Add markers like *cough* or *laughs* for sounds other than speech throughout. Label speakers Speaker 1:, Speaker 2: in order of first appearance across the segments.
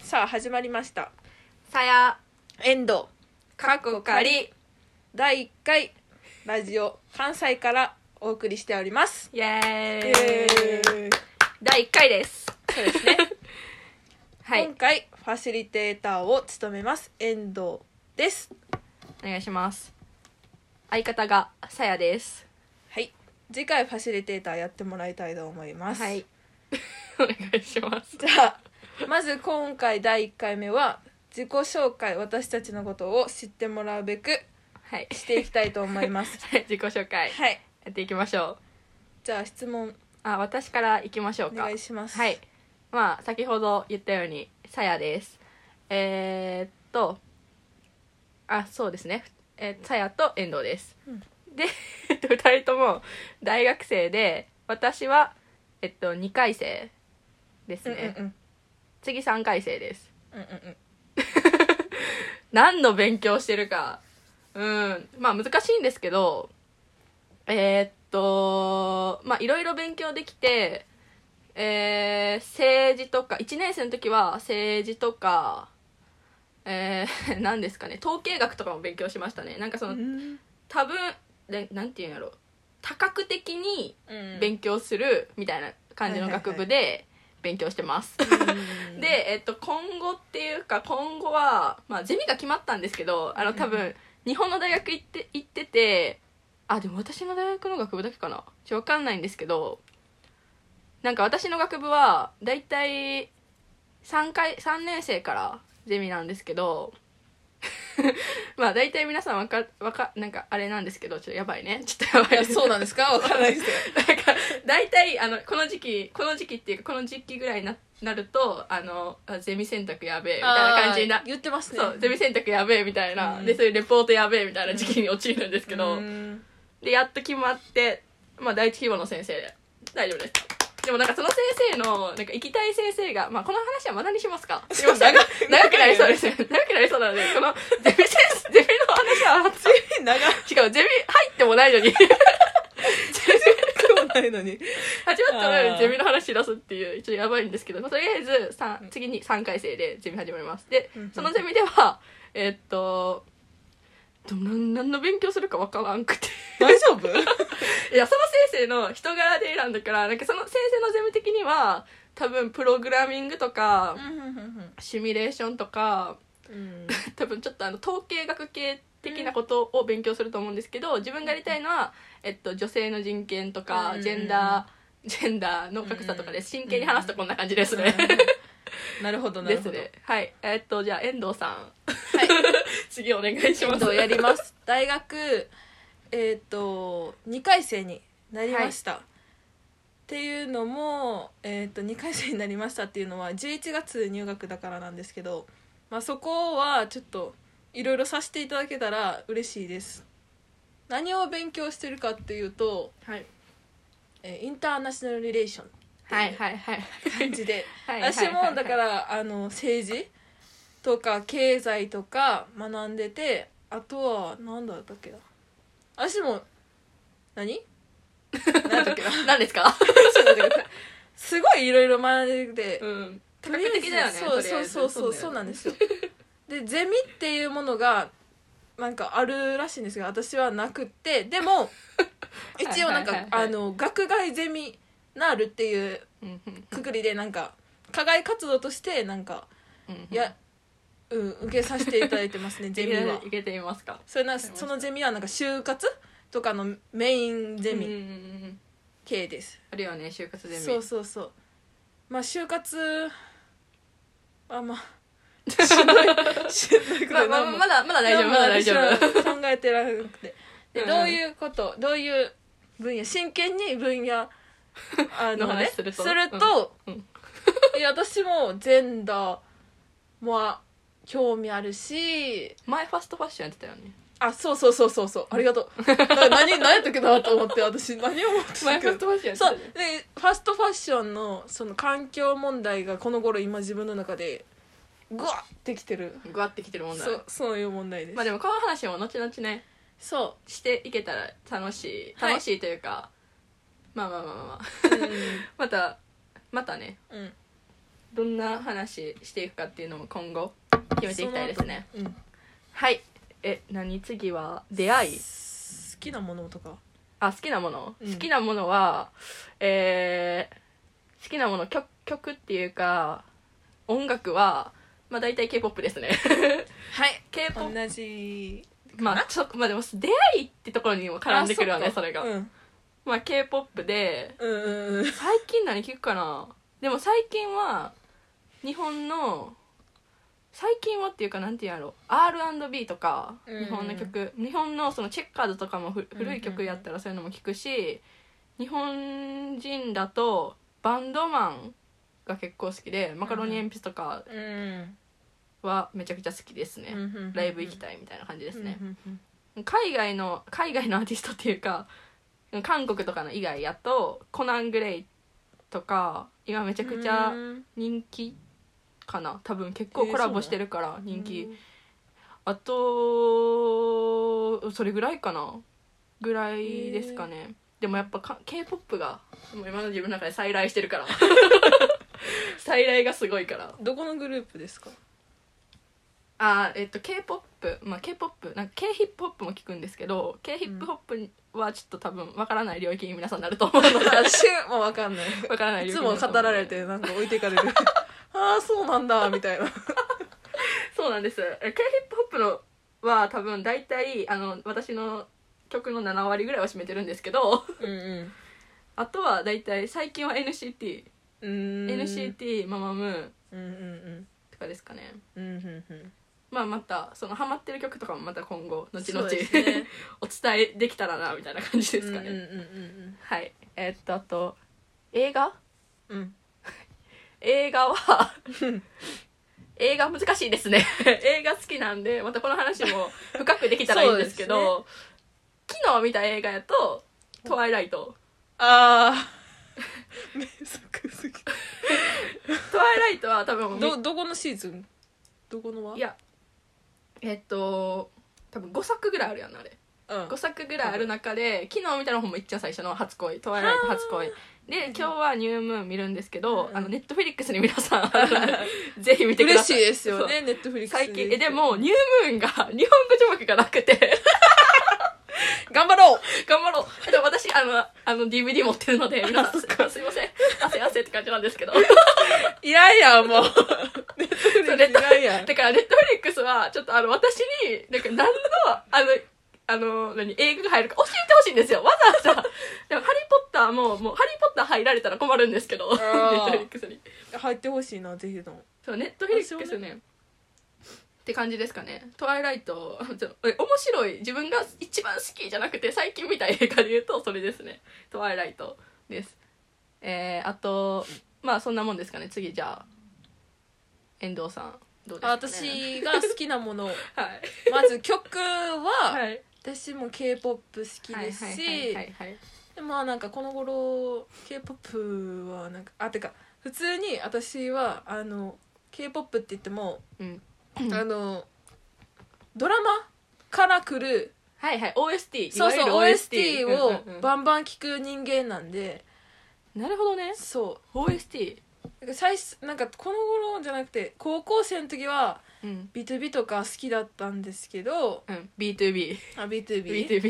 Speaker 1: さあ始まりました
Speaker 2: さや
Speaker 1: エンド
Speaker 2: 過去仮
Speaker 1: 第1回ラジオ関西からお送りしております
Speaker 2: イエーイ
Speaker 1: イエーイ
Speaker 2: 第1回です
Speaker 1: そうですね
Speaker 2: *laughs* はい
Speaker 1: 今回ファシリテーターを務めます遠藤です
Speaker 2: お願いします相方がさやです
Speaker 1: はい次回ファシリテーターやってもらいたいと思います、
Speaker 2: はい *laughs* お願いします
Speaker 1: じゃあまず今回第1回目は自己紹介私たちのことを知ってもらうべく
Speaker 2: はい
Speaker 1: していきたいと思います
Speaker 2: *laughs* はい自己紹介
Speaker 1: はい
Speaker 2: やっていきましょう
Speaker 1: じゃあ質問
Speaker 2: あ私からいきましょう
Speaker 1: お
Speaker 2: か
Speaker 1: 願いします
Speaker 2: はいまあ先ほど言ったようにさやですえー、っとあそうですねえーさやと遠藤です、
Speaker 1: うん
Speaker 2: で、えっと、2人とも大学生で私はえっと2回生です
Speaker 1: うん
Speaker 2: ね、
Speaker 1: うんうん
Speaker 2: 次3回生です
Speaker 1: うんうんうん
Speaker 2: 何の勉強してるかうんまあ難しいんですけどえーっとまあいろいろ勉強できてえー政治とか1年生の時は政治とかえー、 *laughs* 何ですかね統計学とかも勉強しましたねなんかその
Speaker 1: うん
Speaker 2: 多分でなんていうんやろ多角的に
Speaker 1: うん
Speaker 2: 勉強するみたいな感じの学部で勉強してます、
Speaker 1: うん
Speaker 2: で、えっと、今後っていうか今後は、まあ、ゼミが決まったんですけどあ
Speaker 1: う
Speaker 2: の
Speaker 1: ん
Speaker 2: 多分日本の大学行って行っててあでも私の大学の学部だけかなちょ分かんないんですけどなんか私の学部は大体3回3年生からゼミなんですけど *laughs* まあ大体皆さんわかわかなんかあれなんですけどちょっとやばいねちょっとや
Speaker 1: い
Speaker 2: ばい
Speaker 1: や
Speaker 2: です
Speaker 1: そうなんです
Speaker 2: *laughs*
Speaker 1: かわからないですよ
Speaker 2: なんか大体あのこの時期この時期っていうかこの時期ぐらいにななるとあのあゼミ選択やべえみたいな感じに
Speaker 1: あ
Speaker 2: な
Speaker 1: ー言ってますね
Speaker 2: そうゼミ選択やべえみたいな、
Speaker 1: うん
Speaker 2: でそういうレポートやべえみたいな時期に陥るんですけど、
Speaker 1: うん
Speaker 2: でやっと決まって、まあ、第一規模の先生で大丈夫ですでもなんかその先生のなんか行きたい先生が、まあ、この話はまだにしますかし
Speaker 1: そ
Speaker 2: ま
Speaker 1: う
Speaker 2: した
Speaker 1: 長
Speaker 2: 長
Speaker 1: い
Speaker 2: 長くなりそうですよ長くなりそうなのでこのゼミ先生ゼミの話は
Speaker 1: 長
Speaker 2: 違うゼミ入ってもない
Speaker 1: *laughs*
Speaker 2: のに
Speaker 1: くもないのに
Speaker 2: 始まったらゼミの話し出すっていうちょっとやばいんですけど、まあ、とりあえずさん次に3回生でゼミ始まりますで
Speaker 1: うんうん
Speaker 2: そのゼミではえーっとどなん何の勉強するかわからんくて
Speaker 1: 大丈
Speaker 2: *laughs*
Speaker 1: 夫
Speaker 2: いやその先生の人柄で選んだからなんかその先生のゼミ的には多分プログラミングとか、シミュレーションとか
Speaker 1: うん
Speaker 2: 多分ちょっとあの統計学系的なことを勉強すると思うんですけど、自分がやりたいのは、えっと、女性の人権とか、
Speaker 1: うん
Speaker 2: ジェンダー *laughs* ジェンダーの格差とかです真剣に話すとこんな感じですね、
Speaker 1: なるほどなる
Speaker 2: *laughs* です
Speaker 1: ほど
Speaker 2: ねはいえっとじゃあ遠藤さん
Speaker 1: はい
Speaker 2: *laughs* 次お願いします
Speaker 1: とや
Speaker 2: *laughs*
Speaker 1: ります大学えっ、と2回生になりました、っていうのも、えー、と2回生になりましたっていうのは11月入学だからなんですけど、まあ、そこはちょっといろいろさせていただけたら嬉しいです何を勉強してるかっていうと、
Speaker 2: はい
Speaker 1: えーインターナショナルリレーションって
Speaker 2: はいいうはいはい
Speaker 1: 感じで
Speaker 2: はいはい
Speaker 1: 私もだからあの政治とか経済とか学んでてあとは何だったっけな私も何何だっ
Speaker 2: *laughs*
Speaker 1: けな
Speaker 2: 何ですか
Speaker 1: ちょっと待ってくださいすごいいろいろ学んでて、
Speaker 2: うん
Speaker 1: と
Speaker 2: 多
Speaker 1: り
Speaker 2: 角
Speaker 1: あえず
Speaker 2: 的だよね
Speaker 1: そう
Speaker 2: とりあ
Speaker 1: そう
Speaker 2: えず
Speaker 1: そうそうそう
Speaker 2: だ
Speaker 1: な
Speaker 2: よ
Speaker 1: ん
Speaker 2: ね
Speaker 1: ですよでゼミっていうものがなんかあるらしいんですが私はなくって
Speaker 2: *laughs*
Speaker 1: でも一応なんか
Speaker 2: はいはいはいはい
Speaker 1: あの学外ゼミナールっていう
Speaker 2: うんうん
Speaker 1: くくりでなんか課外活動としてなんか
Speaker 2: うん
Speaker 1: や、うん、受けさせていただいてますねゼミはい
Speaker 2: けていますか
Speaker 1: それなそのゼミはなんか就活とかのメインゼ
Speaker 2: うんう
Speaker 1: ミ
Speaker 2: んうん
Speaker 1: 系です、
Speaker 2: あるよね就活ゼミ
Speaker 1: そうそうそうまあ就活あまあ
Speaker 2: *laughs*
Speaker 1: しんどいしんどいく
Speaker 2: ま
Speaker 1: ら
Speaker 2: あ
Speaker 1: い
Speaker 2: まあ
Speaker 1: なんも
Speaker 2: まだまだ大丈夫まだ大丈
Speaker 1: なん
Speaker 2: 夫
Speaker 1: も私は考えてられなくてで
Speaker 2: うん
Speaker 1: どういうことどういう分野真剣に
Speaker 2: *laughs*
Speaker 1: 分野あの
Speaker 2: の
Speaker 1: ね
Speaker 2: 話すると
Speaker 1: と
Speaker 2: うんうん
Speaker 1: *laughs* いや私もジェンダーもあ興味あるし
Speaker 2: 前ファストファッションやってたよね
Speaker 1: あそうそうそうそうそうありがとうだから何何やったっけなと思って私何を思ってた
Speaker 2: *laughs* 前
Speaker 1: っけ
Speaker 2: ファ
Speaker 1: な
Speaker 2: ストファッションやって
Speaker 1: そ
Speaker 2: た
Speaker 1: うでファストファッションのその環境問題がこの頃今自分の中でグワッてきてる
Speaker 2: ぐわってきてる問題
Speaker 1: そうそういう問題です、
Speaker 2: まあでもこの話も後々ね
Speaker 1: そ
Speaker 2: していけたら楽しい
Speaker 1: はい
Speaker 2: 楽しいというか、まあまあまあまあまあ *laughs*
Speaker 1: う、うん
Speaker 2: またまたね
Speaker 1: うん
Speaker 2: どんな話していくかっていうのも今後決めていきたいですね
Speaker 1: うん、好
Speaker 2: はいえ何次は出会い
Speaker 1: きなものとか
Speaker 2: あ好きなもの、
Speaker 1: うん
Speaker 2: 好きなものはえー好きなもの曲曲っていうか音楽はまあ大体 k p o p ですね
Speaker 1: はい
Speaker 2: *laughs* k p o p
Speaker 1: 同じ
Speaker 2: まあちょっとまあでも出会いってところにも絡んでくるわね
Speaker 1: あ
Speaker 2: そ
Speaker 1: っか
Speaker 2: れが、
Speaker 1: うん
Speaker 2: まあ k p o p で
Speaker 1: うんうんうん
Speaker 2: 最近何聞くかなでも最近は日本の最近はっていうかなんていうんやろ R&B とか
Speaker 1: うん
Speaker 2: 日本の曲、日本のそのチェッカーズとかもふ古い曲やったらそういうのも聞くし、日本人だとバンドマンが結構好きでマカロニ鉛筆とか
Speaker 1: うん
Speaker 2: はめちゃくちゃ好きですね、
Speaker 1: うん
Speaker 2: ライブ行き
Speaker 1: い
Speaker 2: たいみたいな感じで
Speaker 1: です
Speaker 2: ね、海外の海外のアーティストっていうか韓国とかの以外やとコナン・グレイとか今めちゃくちゃ人気かな多分結構コラボしてるから人気、あとそれぐらいかなぐらいですかね、でもやっぱか k p o p がもう今の自分の中で再来してるから再来がすごいから
Speaker 1: どこのグループですか
Speaker 2: あーえっと k p o p まあ k p o p なんか k ヒップホップも聞くんですけど k ヒップホップはちょっと多分わからない領域に皆さんなると思うので
Speaker 1: 私もわかんない
Speaker 2: わからない
Speaker 1: い
Speaker 2: 領
Speaker 1: つ
Speaker 2: 域にな
Speaker 1: も
Speaker 2: ると思うので
Speaker 1: 語られてなんか置いていかれるああそうなんだみたいな
Speaker 2: そうなんです k ヒップホップのは多分大体あの私の曲の7割ぐらいは占めてるんですけど
Speaker 1: うんうん
Speaker 2: あとは大体最近は NCT、
Speaker 1: うーん
Speaker 2: NCT ママムーン
Speaker 1: うんうん
Speaker 2: とかですかね
Speaker 1: うんうんうんうん
Speaker 2: まあまたそのハマってる曲とかもまた今後後
Speaker 1: そう
Speaker 2: 々、
Speaker 1: ですね
Speaker 2: *laughs* お伝えできたらなみたいな感じですかね、
Speaker 1: うんうんうん
Speaker 2: はいえっとあと映画
Speaker 1: うんうん
Speaker 2: 映画は映画難しいですね *laughs* 映画好きなんでまたこの話も深くできたらいいんですけど昨日見た映画やと「トワイライト」
Speaker 1: ああ名作すぎた
Speaker 2: 「トワイライト」は多分
Speaker 1: どどこのシーズンどこのはい
Speaker 2: やえっと多分5作ぐらいあるやんなあれ
Speaker 1: うん *laughs*
Speaker 2: 5作ぐらいある中で昨日見たのほんまいっちゃん最初の「初恋」「トワイライト初恋」で今日は「ニュームーン」見るんですけど、
Speaker 1: うん
Speaker 2: あのネットフェリックスに皆さん
Speaker 1: *laughs*
Speaker 2: ぜひ見てくだ
Speaker 1: 嬉
Speaker 2: さ
Speaker 1: し
Speaker 2: い
Speaker 1: いですよねネットフリックス
Speaker 2: 最近えでもニュームーンが *laughs* 日本語字幕がなくて *laughs*
Speaker 1: 頑張ろう
Speaker 2: 頑張ろうえでも私あのあの DVD 持ってるので皆さんすいません汗汗って感じなんです
Speaker 1: *laughs*
Speaker 2: けど
Speaker 1: いらんやん
Speaker 2: *laughs*
Speaker 1: もうネットフリックスいらんやん
Speaker 2: だからネットフリックスはちょっとあの私になんか何のあのあの何映画が入るか教えてほしいんですよわざわざでも「ハリー・ポッターも」もう「ハリー・ポッター」入られたら困るんですけどネ
Speaker 1: ー
Speaker 2: ットフリックスに
Speaker 1: 入ってほしいなぜひとも
Speaker 2: そうネットフリックスねって感じですかね「トワイライ *laughs* ト」ちょっとえ面白い自分が一番好きじゃなくて最近見た映画で言うとそれですね「トワイライト」ですえー、あとまあそんなもんですかね次じゃあ遠藤さんどうですか、ね、
Speaker 1: 私が好きなも
Speaker 2: *laughs*
Speaker 1: の
Speaker 2: はい
Speaker 1: まず曲は、
Speaker 2: はい
Speaker 1: 私も k p o p 好き
Speaker 2: はい
Speaker 1: で
Speaker 2: は
Speaker 1: す
Speaker 2: い
Speaker 1: し、
Speaker 2: はいはい
Speaker 1: でもまあなんかこの頃 k p o p はなんかあてか普通に私はあの k p o p って言っても、
Speaker 2: うん
Speaker 1: あのドラマから来る
Speaker 2: はいはい OST
Speaker 1: そうそう
Speaker 2: いわゆる
Speaker 1: OST
Speaker 2: うんうんう
Speaker 1: を
Speaker 2: ん
Speaker 1: バンバン聞く人間なんで、
Speaker 2: なるほどね
Speaker 1: そ
Speaker 2: OST
Speaker 1: うなんか最初なんかこの頃じゃなくて高校生の時は
Speaker 2: うん、
Speaker 1: ビトゥビとか好きだったんですけど
Speaker 2: うん、B2B
Speaker 1: あビトゥビ
Speaker 2: B2B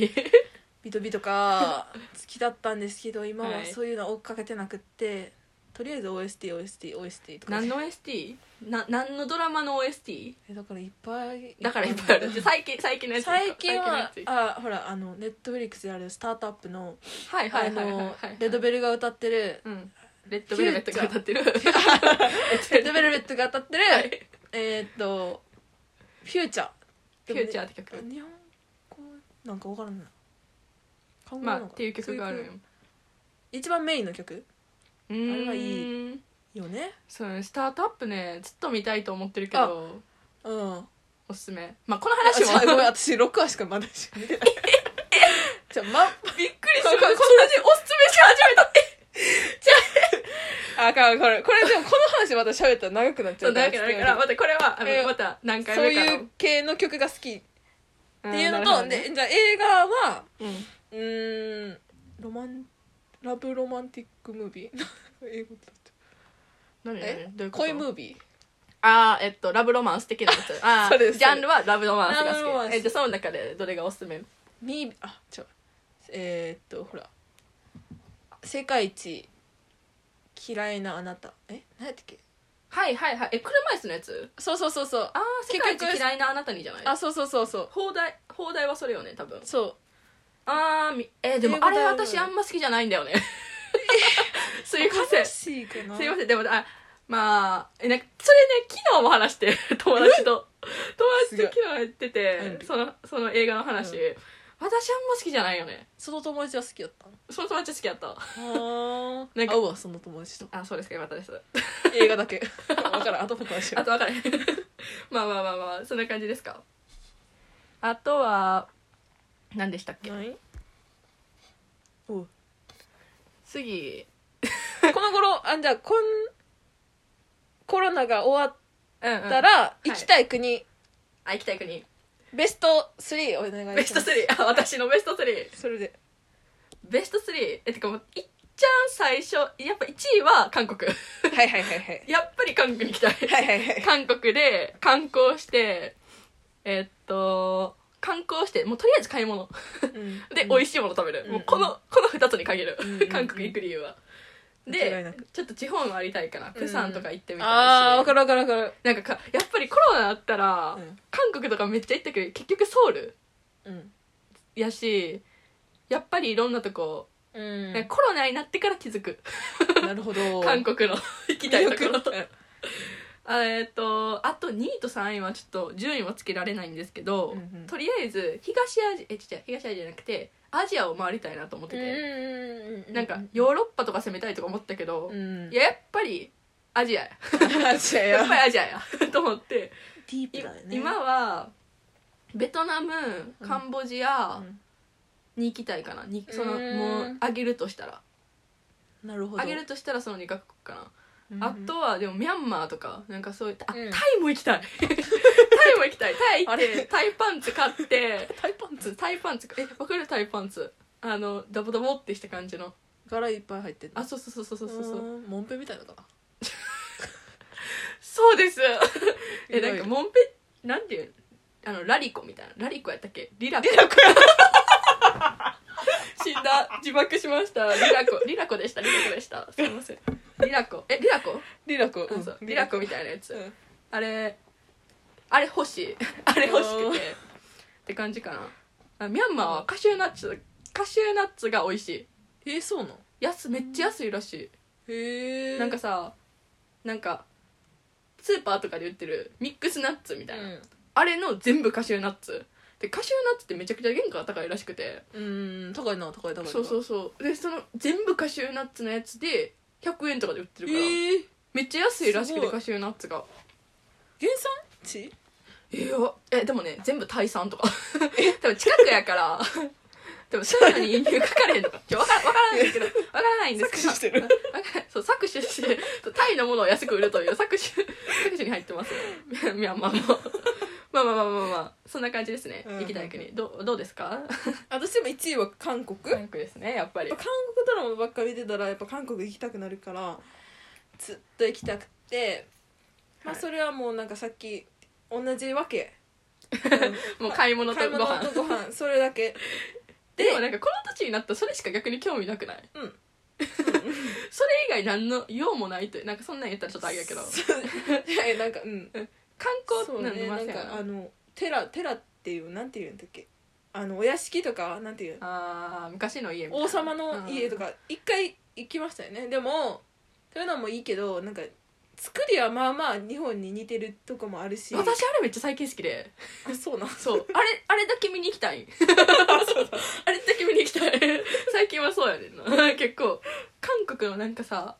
Speaker 1: ビトビと
Speaker 2: *laughs*
Speaker 1: か好きだったんですけど今
Speaker 2: は
Speaker 1: はいそういうの追っかけてなくって、とりあえず OSTOSTOST とか
Speaker 2: 何の OST? な何のドラマの OST?
Speaker 1: えだからいっぱい
Speaker 2: だからいっぱいある最近最近のやつ
Speaker 1: *laughs* 最近は
Speaker 2: 最近のや
Speaker 1: あほらあのネットフリックスであるスタートアップの
Speaker 2: つはいはい
Speaker 1: あ
Speaker 2: はいはいはい
Speaker 1: のレッドベルが歌ってる
Speaker 2: うんレッドベルベットが歌ってる
Speaker 1: レッドベルベットが歌ってる、
Speaker 2: はい
Speaker 1: えーっとフューチャー
Speaker 2: フューチャーって曲
Speaker 1: でもね日本語なんかわからんない韓語
Speaker 2: ま
Speaker 1: な
Speaker 2: あ
Speaker 1: の
Speaker 2: っ
Speaker 1: か
Speaker 2: ていう曲があるよ
Speaker 1: 一番メインの曲
Speaker 2: う
Speaker 1: あれはい
Speaker 2: ーん
Speaker 1: よね
Speaker 2: そうねスタートアップねずっと見たいと思ってるけど
Speaker 1: うん
Speaker 2: おすすめまあこの
Speaker 1: あ
Speaker 2: 話
Speaker 1: 違うごめん
Speaker 2: も
Speaker 1: 私6話しかまだし
Speaker 2: *laughs*
Speaker 1: 見てないじゃあま
Speaker 2: びっくり
Speaker 1: する
Speaker 2: これこれでおすすめし始めたって
Speaker 1: あかんこれこれでもこの話また喋ったら長くなっち
Speaker 2: そ
Speaker 1: ゃ
Speaker 2: う
Speaker 1: う
Speaker 2: だからだからまたこれはあ
Speaker 1: えー
Speaker 2: のまた何回
Speaker 1: そう
Speaker 2: 目かの
Speaker 1: いう系の曲が好きっていう
Speaker 2: んな
Speaker 1: の
Speaker 2: るほ
Speaker 1: と、
Speaker 2: どね
Speaker 1: でじゃあ映画は
Speaker 2: うん
Speaker 1: うー *laughs* んロマンラブロマンティックムービー英語だって
Speaker 2: 何
Speaker 1: え
Speaker 2: 何どういうこと
Speaker 1: 恋ムービー
Speaker 2: ああえっとラブロマンス的なやつ *laughs* あ
Speaker 1: そ
Speaker 2: あ
Speaker 1: れそれ
Speaker 2: ジャンルはラブロマンスが
Speaker 1: ラブロマ
Speaker 2: 好
Speaker 1: ン
Speaker 2: き
Speaker 1: ス
Speaker 2: えじゃあその中でどれがおすすめ
Speaker 1: ミーあ違うえー、っとほら「世界一嫌いなあなた」え何やったっけ
Speaker 2: はいはいはいえ車椅子のやつ
Speaker 1: そうそうそうそう
Speaker 2: ああ世界一
Speaker 1: 結局
Speaker 2: 嫌いなあなたにじゃない
Speaker 1: あそうそうそうそう
Speaker 2: 放題放題はそれよね多分
Speaker 1: そう
Speaker 2: あーみえでも
Speaker 1: 英語
Speaker 2: あ
Speaker 1: だ
Speaker 2: れ
Speaker 1: よ
Speaker 2: 私あんま好きじゃないんだよ *laughs* ねすいません *laughs*
Speaker 1: 楽
Speaker 2: す
Speaker 1: しいかない
Speaker 2: ませんでもあまあえなんかそれね昨日も話して友達と友達と昨日やってて
Speaker 1: うん
Speaker 2: そのその映画の話、
Speaker 1: う
Speaker 2: 私あんま好きじゃないよね
Speaker 1: その友達は好きだったの
Speaker 2: その友達好きやった
Speaker 1: あ
Speaker 2: なんか
Speaker 1: 合うわその友達と
Speaker 2: あそうですかよかったです
Speaker 1: 映画だけ分からん後の
Speaker 2: *laughs*
Speaker 1: 話
Speaker 2: あと分からへんまあまあまあまあそんな感じですかあとは何でしたっけ
Speaker 1: ないおう
Speaker 2: 次
Speaker 1: この頃あじゃあこんコロナが終わっ
Speaker 2: うんうん
Speaker 1: たら、
Speaker 2: うん
Speaker 1: 行きたい国、
Speaker 2: あ行きたい国
Speaker 1: ベスト3お願いします
Speaker 2: ベスト3あ私のベスト3
Speaker 1: それで
Speaker 2: ベスト3えてかもういっちゃん最初やっぱ1位は韓国
Speaker 1: はいはいはいはい
Speaker 2: *laughs* やっぱり韓国に行きたい
Speaker 1: はいはいはい
Speaker 2: 韓国で観光してえっと観光してもうとりあえず買い物で、美味
Speaker 1: し
Speaker 2: しいもの食べる、
Speaker 1: うん
Speaker 2: もうこのこの2つに限る、
Speaker 1: うんうんうん
Speaker 2: 韓国行く理由は
Speaker 1: 間違いな
Speaker 2: で
Speaker 1: く
Speaker 2: ちょっと地方もありたいからプサンとか行ってみたいし、
Speaker 1: ああ分かる分かる分かる
Speaker 2: なんかかやっぱりコロナあったら、
Speaker 1: うん
Speaker 2: 韓国とかめっちゃ行ったけど結局ソウル
Speaker 1: うん
Speaker 2: やしやっぱりいろんなとこ、
Speaker 1: うん
Speaker 2: なんかコロナになってから気づく
Speaker 1: なるほど
Speaker 2: 韓国
Speaker 1: *laughs*
Speaker 2: の行きたいところ
Speaker 1: 魅力
Speaker 2: あえっとあと2位と3位はちょっと順位はつけられないんですけど、
Speaker 1: うんうん
Speaker 2: とりあえず東アジアえ違う東アジアじゃなくてアジアを回りたいなと思って
Speaker 1: うん
Speaker 2: て、
Speaker 1: うんうん
Speaker 2: なんかヨーロッパとか攻めたいとか思ったけど、
Speaker 1: うん
Speaker 2: い
Speaker 1: *laughs*
Speaker 2: ややっぱりアジアや
Speaker 1: 話や
Speaker 2: やっぱりアジアや *laughs* と思って、
Speaker 1: ディー
Speaker 2: い
Speaker 1: プだよね
Speaker 2: 今はベトナムカンボジア
Speaker 1: うん
Speaker 2: に行きたいかな、にその
Speaker 1: うん
Speaker 2: もうあげるとしたら
Speaker 1: なるほど
Speaker 2: あげるとしたらその2カ国かな
Speaker 1: うん
Speaker 2: あとはでもミャンマーとかなんかそういったあ、
Speaker 1: うん
Speaker 2: タイも行き
Speaker 1: *laughs*
Speaker 2: たいタイも行きたいタイ行っ
Speaker 1: あれ
Speaker 2: てタイパンツ買って
Speaker 1: *laughs* タイパンツ
Speaker 2: タイパンツえわかるタイパンツあのダボダボってした感じの
Speaker 1: 柄いっぱい入ってる
Speaker 2: あそうそうそうそうそうそう
Speaker 1: ーんモンペみたいなのか
Speaker 2: そうですえ
Speaker 1: いわ
Speaker 2: な
Speaker 1: ゆ
Speaker 2: ん
Speaker 1: る
Speaker 2: かモンペなんていうあのラリコみたいなラリコやったっけリラコ
Speaker 1: な
Speaker 2: *laughs* 死んだ自爆しましたリラコリラコでしたリラコでしたすいませんリラコえリラコ、
Speaker 1: リラコ
Speaker 2: あそうリラコみたいなやつ、
Speaker 1: うん
Speaker 2: あれあれ欲し *laughs* いあれ欲しくてって感じかなあミャンマーはカシューナッツカシューナッツが美味しい
Speaker 1: えーそうなの
Speaker 2: 安めっちゃ安いらし
Speaker 1: へ
Speaker 2: い
Speaker 1: え
Speaker 2: なんかさなんかスーパーとかで売ってるミックスナッツみたいな、あれの全部カシューナッツでカシューナッツってめちゃくちゃ原価が高いらしくて
Speaker 1: うんうん高いな高い高い
Speaker 2: そうそううそうでその全部カシューナッツのやつで100円とかで売ってるから、
Speaker 1: ええ
Speaker 2: めっちゃ安いらしく
Speaker 1: す
Speaker 2: て
Speaker 1: ごい
Speaker 2: カシューナッツが
Speaker 1: 原産地
Speaker 2: いやえでもね全部タイ産とか *laughs* でも近くや
Speaker 1: *laughs*
Speaker 2: からでもそういうのに輸入かかれへんとかちょわからわからないんですけどわからないんですけど
Speaker 1: 搾取してる
Speaker 2: わか *laughs* そう搾取してそうタイのものを安く売るという搾取搾取に入って
Speaker 1: *laughs*
Speaker 2: ますよミャンマーもまあまあまあまあまあそんな感じですね
Speaker 1: うん
Speaker 2: 行きたい国どうどうですか
Speaker 1: *laughs* 私でも1位は韓国やっ
Speaker 2: 韓国ですねやっぱり
Speaker 1: ぱ韓国ドラマばっか見てたらやっぱ韓国行きたくなるからずっと行きたくてまあ
Speaker 2: はい
Speaker 1: それはもうなんかさっき同じ
Speaker 2: *laughs*
Speaker 1: わけ
Speaker 2: もう買い物と
Speaker 1: 買い
Speaker 2: ご
Speaker 1: 物
Speaker 2: 飯
Speaker 1: とご飯それだけ
Speaker 2: でもなんかこの土地になったらそれしか逆に興味なくない
Speaker 1: うん
Speaker 2: *laughs* それ以外何の用もないというなんかそんなん言ったらちょっとあれやけ
Speaker 1: *laughs*
Speaker 2: ど
Speaker 1: えなんかうん
Speaker 2: 観光
Speaker 1: そう
Speaker 2: なん
Speaker 1: ね
Speaker 2: まあ
Speaker 1: な
Speaker 2: せ
Speaker 1: ん
Speaker 2: や
Speaker 1: か
Speaker 2: な
Speaker 1: あの寺寺っていうなんていうんだっけあのお屋敷とかなんていう
Speaker 2: あー昔の家みたいな
Speaker 1: 王様の家とか一回行きましたよねでもそういうのもいいけどなんか作りはまあまあ日本に似てるとこもあるし
Speaker 2: 私あれめっちゃ最近好き
Speaker 1: *laughs*
Speaker 2: で
Speaker 1: あそうなん
Speaker 2: そうあれあれだけ見に行きたい *laughs* あれだけ見に行きたい *laughs* 最近はそうやねんな *laughs* 結構韓国のなんかさ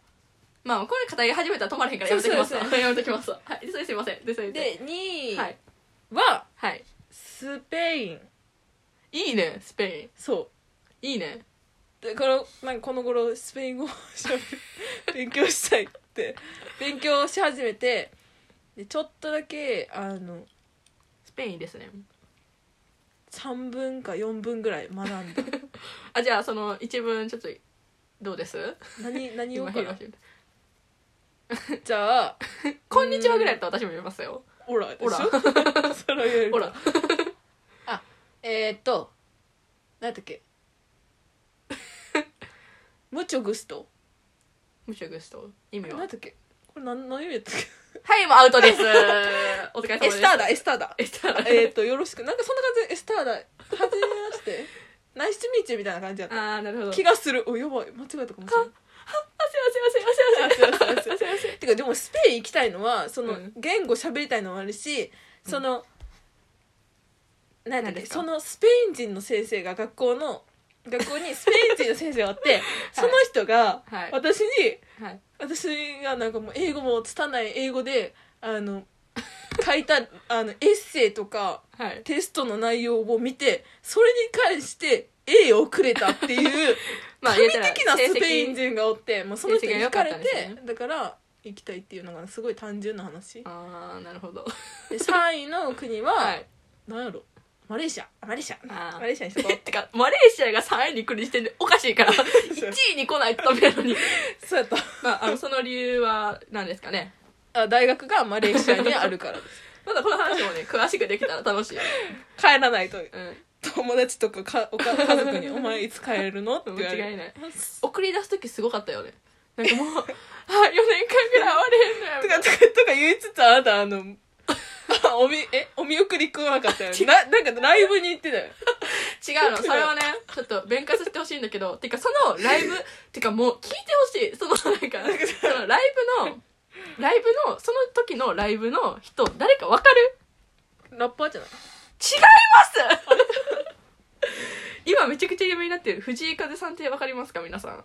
Speaker 2: まあこれ語り始めたら止まらへんからやめときますわ
Speaker 1: そ
Speaker 2: *laughs*
Speaker 1: う
Speaker 2: やめときますわはいそれすいませんでそれで
Speaker 1: で2位
Speaker 2: はい
Speaker 1: は
Speaker 2: はい
Speaker 1: スペイン
Speaker 2: いいねスペ
Speaker 1: そ
Speaker 2: インいいね
Speaker 1: うでこのなんかこの頃スペイン語をしゃべ勉強したいって勉強し始めてでちょっとだけあの
Speaker 2: スペインいいですね
Speaker 1: 3分か4分ぐらい学んだ
Speaker 2: あじゃあその一文ちょっとどうです *laughs*
Speaker 1: 何何を
Speaker 2: 今
Speaker 1: か
Speaker 2: 減ら
Speaker 1: な
Speaker 2: してみた
Speaker 1: じゃあ
Speaker 2: 「こんにちは」ぐらいだったら私も言いますよ
Speaker 1: 「オラ」でしょ
Speaker 2: オラ
Speaker 1: *laughs* それを言
Speaker 2: 「
Speaker 1: える
Speaker 2: ほら
Speaker 1: えー、っと何だ
Speaker 2: *laughs*
Speaker 1: っけムチョグスト
Speaker 2: むしろグスト」意味は
Speaker 1: 何だっけこれ何何意味だったっ
Speaker 2: はいもうアウトです
Speaker 1: *laughs*
Speaker 2: お疲れ様
Speaker 1: け
Speaker 2: で
Speaker 1: エ
Speaker 2: す
Speaker 1: スターだエスターだ
Speaker 2: エスターだ
Speaker 1: *laughs* えーっとよろしくなんかそんな感じでエスターだはじめまして
Speaker 2: *laughs*
Speaker 1: ナイスミーチューみたいな感じだった
Speaker 2: ああなるほど
Speaker 1: 気がするおやばい間違えたかもしれない
Speaker 2: あすいませんあすいませんあすいませんあすいませんあすいません
Speaker 1: てかでもスペイン行きたいのはその
Speaker 2: うん
Speaker 1: 言語喋りたいのもあるし、その何だっ
Speaker 2: 何で
Speaker 1: け
Speaker 2: すか
Speaker 1: そのスペイン人の先生が学校の学校にスペイン人の先生があって
Speaker 2: *laughs*
Speaker 1: その人が
Speaker 2: はい
Speaker 1: 私に、
Speaker 2: はい
Speaker 1: 私がなんかもう英語も拙い英語であの書いたあのエッセイとか
Speaker 2: はい
Speaker 1: テストの内容を見てそれに関して「A」をくれたっていう
Speaker 2: *laughs* まあ
Speaker 1: 神的なスペイ
Speaker 2: 人
Speaker 1: ン人がおってもうその人に惹かれ
Speaker 2: 成績が良かったん
Speaker 1: て
Speaker 2: ですね
Speaker 1: だから行きたいっていうのがすごい単純な話
Speaker 2: ああなるほど
Speaker 1: で3位の国は、
Speaker 2: はい
Speaker 1: なんやろマレーシアあマレーシア
Speaker 2: あー
Speaker 1: マレーシアにしとこ
Speaker 2: え *laughs* てかマレーシアが3位に来る時点でおかしい
Speaker 1: *laughs*
Speaker 2: から *laughs* 1位に来ないとダメなのに、
Speaker 1: うそうやっ
Speaker 2: まあ、あのその理由は何ですかね
Speaker 1: たあ大学がマレーシアにあるか
Speaker 2: *laughs*
Speaker 1: らです
Speaker 2: まだこの話もね詳しくできたら楽しい、
Speaker 1: 帰らないと
Speaker 2: うん、
Speaker 1: 友達とかかおか家族に「お前いつ帰れるの?」って
Speaker 2: *laughs*
Speaker 1: 言われる
Speaker 2: 間違いない
Speaker 1: あす
Speaker 2: 送り出す時すごかったよねなんかもう *laughs* あ4年間ぐらい会われへんのや
Speaker 1: と
Speaker 2: み
Speaker 1: か
Speaker 2: たい
Speaker 1: とかとか言いつつあなたあの *laughs* あおみえお見送り来なかったよねななんかライブに行ってたよ
Speaker 2: な違うのそれはねちょっと弁解させてほしいんだけどてかそのライブてかもう聞いてほしいそのなん
Speaker 1: *laughs*
Speaker 2: かそのライブのライブのその時のライブの人誰かわかる
Speaker 1: ラッパーじゃない
Speaker 2: 違います *laughs* 今めちゃくちゃ有名になってる藤井風さんってわかりますか皆さん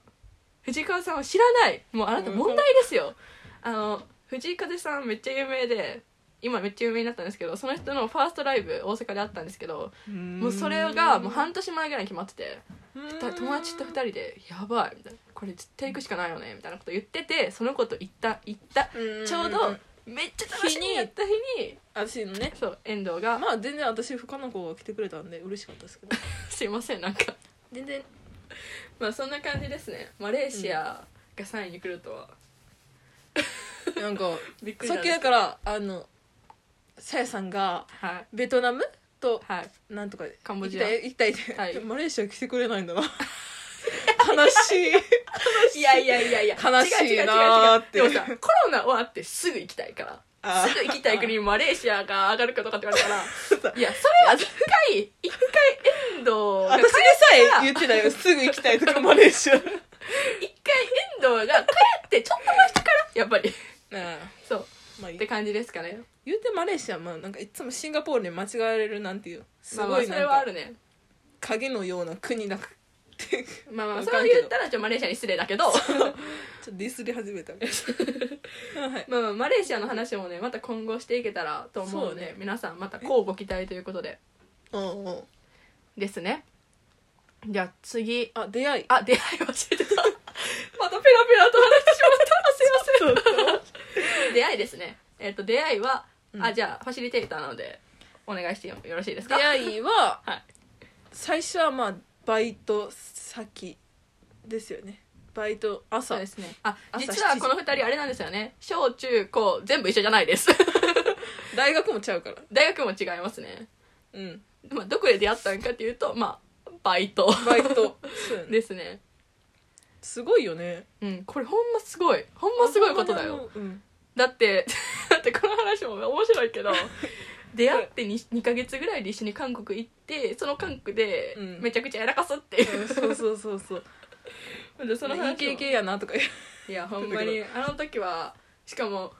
Speaker 2: 藤井風さんは知らないもうあなた問題ですよあの藤井風さんめっちゃ有名で今めっちゃ有名になったんですけどその人のファーストライブ大阪であったんですけどもうそれがもう半年前ぐらいに決まってて
Speaker 1: うん
Speaker 2: だ友達と2人で「やばい」みたいな「これ絶対行くしかないよね」みたいなこと言っててその子と行った行った
Speaker 1: うん
Speaker 2: ちょうどめっちゃ楽しみにやった日に
Speaker 1: 私のね
Speaker 2: そう遠藤が
Speaker 1: まあ全然私深野子が来てくれたんで嬉しかったですけ *laughs* ど
Speaker 2: 「すいませんなんか
Speaker 1: 全然
Speaker 2: まあそんな感じですねマレーシアが3位に来るとは、
Speaker 1: なんか
Speaker 2: びっくり
Speaker 1: さっきだからあのさやさんが
Speaker 2: はい
Speaker 1: ベトナムと
Speaker 2: はい
Speaker 1: なんとか
Speaker 2: カンボジア
Speaker 1: 行きたい行きたいって、
Speaker 2: はい
Speaker 1: マレーシア来てくれないんだ *laughs* な悲しい
Speaker 2: いやいやいやいや
Speaker 1: 悲しいなーって
Speaker 2: 違う違う違う違うでもさコロナ終わってすぐ行きたいから
Speaker 1: あー
Speaker 2: すぐ行きたい
Speaker 1: *laughs*
Speaker 2: 国にマレーシアが上がるかとかって言われたら
Speaker 1: さ
Speaker 2: いやそれは一回一回遠藤が
Speaker 1: 私でさえ言ってたよ *laughs* すぐ行きたいとかマレーシア *laughs* うん
Speaker 2: 一回遠藤が帰ってちょっと前してからやっぱりそう
Speaker 1: まあいい
Speaker 2: って感じですかね
Speaker 1: 言うてマレーシアまあなんかいつもシンガポールに間違われるなんていうす
Speaker 2: まあまあ
Speaker 1: ごい
Speaker 2: それ
Speaker 1: なん
Speaker 2: はあ
Speaker 1: か
Speaker 2: るね
Speaker 1: 影のような国
Speaker 2: *laughs*
Speaker 1: だって
Speaker 2: まあまあ
Speaker 1: わ
Speaker 2: そ
Speaker 1: かんけど
Speaker 2: れを言ったらちょっとマレーシアに失礼だけど *laughs*
Speaker 1: ちょっとディスり始めたはい
Speaker 2: まあまあマレーシアの話もねまた今後していけたらと思うので
Speaker 1: そうね
Speaker 2: 皆さんまた乞うご期待ということで
Speaker 1: うんうん
Speaker 2: ですねじゃあ次
Speaker 1: あ出会い
Speaker 2: あ出会い *laughs* 教えてたまたペラペラと話してしまったすいません出会いですねえっ、と出会いは、あじゃあファシリテーターなのでお願いしてよろしいです
Speaker 1: *laughs* 出
Speaker 2: か
Speaker 1: 会いは、
Speaker 2: はい
Speaker 1: 最初はまあバイト先ですよねバイト
Speaker 2: そ
Speaker 1: 朝
Speaker 2: うですねあ
Speaker 1: 朝
Speaker 2: 実は
Speaker 1: 7
Speaker 2: この二人あれなんですよね小中高全部一緒じゃない *laughs* です
Speaker 1: 大学もちゃうから
Speaker 2: 大学も違いますね、 *laughs*
Speaker 1: うん
Speaker 2: まあ、どこで出会ったんかっていうとまあバイト
Speaker 1: バイトそうよね
Speaker 2: ですね
Speaker 1: すごいよね
Speaker 2: うん、これほんますごいほんますごいことだよ、
Speaker 1: うん、
Speaker 2: だって *laughs* だってこの話も面白いけ
Speaker 1: *laughs*
Speaker 2: ど出会って 2, 2ヶ月ぐらいで一緒に韓国行ってその韓国で
Speaker 1: うん
Speaker 2: めちゃくちゃやらかすっていう、
Speaker 1: そうそうそうそう
Speaker 2: *laughs* でその話も
Speaker 1: いい経験やなとか言う
Speaker 2: いやほんまにあの時はしかも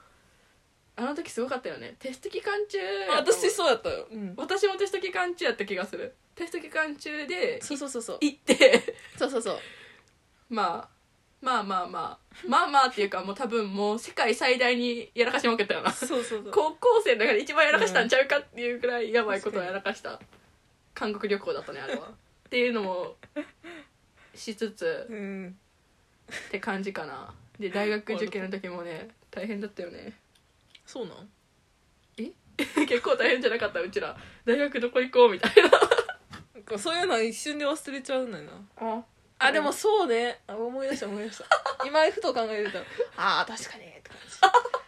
Speaker 2: あの時すごかったよねテスト期間中やと思う
Speaker 1: 私そうやったよ、うん、
Speaker 2: 私もテスト期間中やった気がするテスト期間中で
Speaker 1: そうそうそうそう
Speaker 2: 行って
Speaker 1: そうそうそう
Speaker 2: まあまあまあまあまあまあっていうかもう多分もう世界最大にやらかしまくったよな
Speaker 1: そうそうそう
Speaker 2: 高校生の中で一番やらかしたんちゃうかっていうくらいやばいことをやらかした韓国旅行だったねあれ *laughs* はっていうのもしつつ
Speaker 1: うん
Speaker 2: って感じかなで大学受験の時もね大変だったよね
Speaker 1: そうなん
Speaker 2: *laughs* 結構大変じゃなかったうちら大学どこ行こうみたいな
Speaker 1: なんかそういうのは一瞬で忘れちゃうんだよな
Speaker 2: あ
Speaker 1: *laughs* あでもそうねあ思い出した思い出した今ふと考えるとああ確かにって感じ確か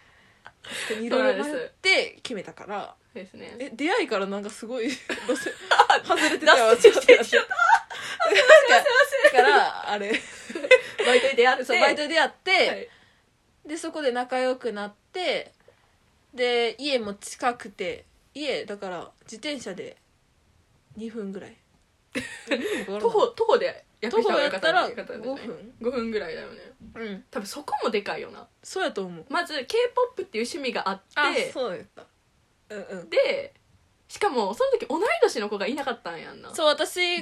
Speaker 1: *laughs* にいろいろ迷って決めたから
Speaker 2: ですね
Speaker 1: え出会いからなんかすごい *laughs* 路線
Speaker 2: あ
Speaker 1: 外れてたわ
Speaker 2: 脱線してきちゃ
Speaker 1: だからあれ
Speaker 2: バイトに出会って
Speaker 1: そうバイトでやって、
Speaker 2: はい
Speaker 1: でそこで仲良くなってで家も近くて家だから自転車で2分ぐらい
Speaker 2: 徒歩徒歩で役
Speaker 1: 徒
Speaker 2: 者
Speaker 1: 歩
Speaker 2: は
Speaker 1: や
Speaker 2: よ
Speaker 1: っ
Speaker 2: かった
Speaker 1: ら
Speaker 2: た
Speaker 1: 5分
Speaker 2: 5分ぐらいだよね
Speaker 1: うん
Speaker 2: 多分そこもでかいよな
Speaker 1: そうやと思う
Speaker 2: まず k p o p っていう趣味があって
Speaker 1: そうやったうんうん
Speaker 2: でしかもその時同い年の子がいなかったんやんな
Speaker 1: そう私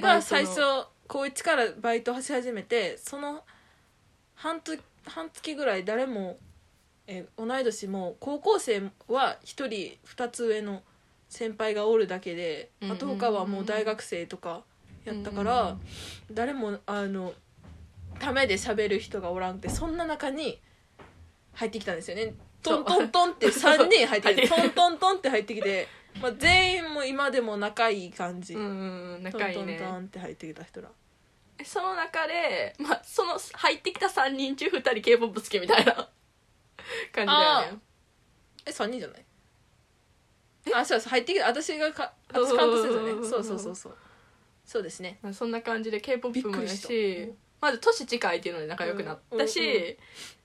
Speaker 2: バイト
Speaker 1: が
Speaker 2: の
Speaker 1: 最初高1からバイトし始めてその半月半月ぐらい誰もえー同い年も高校生は1人2つ上の先輩がおるだけで
Speaker 2: うんうん
Speaker 1: あと他はもう大学生とかやった
Speaker 2: うんうん
Speaker 1: か
Speaker 2: う
Speaker 1: ら
Speaker 2: ん
Speaker 1: 誰もあのためで喋る人がおらんくてそんな中に入ってきたんですよねトントントンっ
Speaker 2: *laughs*
Speaker 1: て
Speaker 2: そう
Speaker 1: 3人入ってきて
Speaker 2: そう
Speaker 1: トントントンって入ってきて、まあ、全員も今でも仲いい感じ。
Speaker 2: うんうんうん仲いいね
Speaker 1: トントントンって入ってきた人ら
Speaker 2: その中で、まあ、その入ってきた3人中2人 k p o p 好きみたいな *laughs* 感じだよね
Speaker 1: え3人じゃないあそうそう入ってきた私がか私カウントせずねそうそうそうそうそうですね
Speaker 2: まあそんな感じで k p o
Speaker 1: び
Speaker 2: p
Speaker 1: っく
Speaker 2: も
Speaker 1: り
Speaker 2: や
Speaker 1: した
Speaker 2: しまず年近いっていうので仲良くなったし、
Speaker 1: うんうん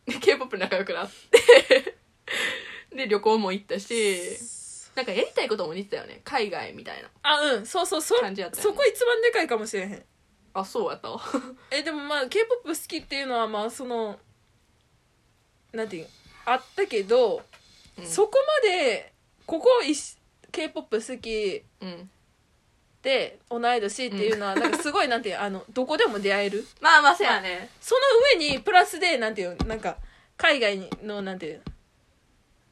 Speaker 2: で k p o p 仲良くなって *laughs* で旅行も行ったしなんかやりたいことも似てたよね海外みたいな
Speaker 1: あうんそうそうそう
Speaker 2: 感じやったよね
Speaker 1: そこ一番でかいかもしれへん
Speaker 2: あそうやった
Speaker 1: *laughs* えでもまあ k p o p 好きっていうのはまあそのなんていうあったけど、
Speaker 2: うん
Speaker 1: そこまでここ k p o p 好き
Speaker 2: うん
Speaker 1: で同い年っていうのは、なんかすごいなんていうあのどこでも出会える
Speaker 2: まあまあそうやね
Speaker 1: その上にプラスでなんていうなんか海外のなんていう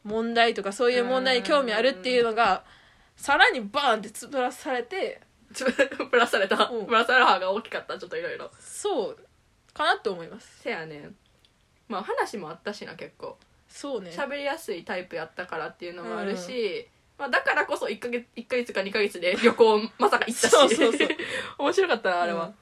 Speaker 1: 問題とかそういう問題に興味あるっていうのがさらにバーンってつぶらされて *laughs*
Speaker 2: ちょぶらされた
Speaker 1: うん
Speaker 2: ぶらされる歯が大きかったちょっといろいろ
Speaker 1: そうかなと思います
Speaker 2: せやねまあ話もあったしな結構
Speaker 1: そうね
Speaker 2: 喋りやすいタイプやったからっていうのもあるし、まあ、だからこそ1か月一ヶ月か2か月で旅行まさか行ったし
Speaker 1: *laughs* そうそうそう
Speaker 2: *laughs* 面白かったなあれは、
Speaker 1: うん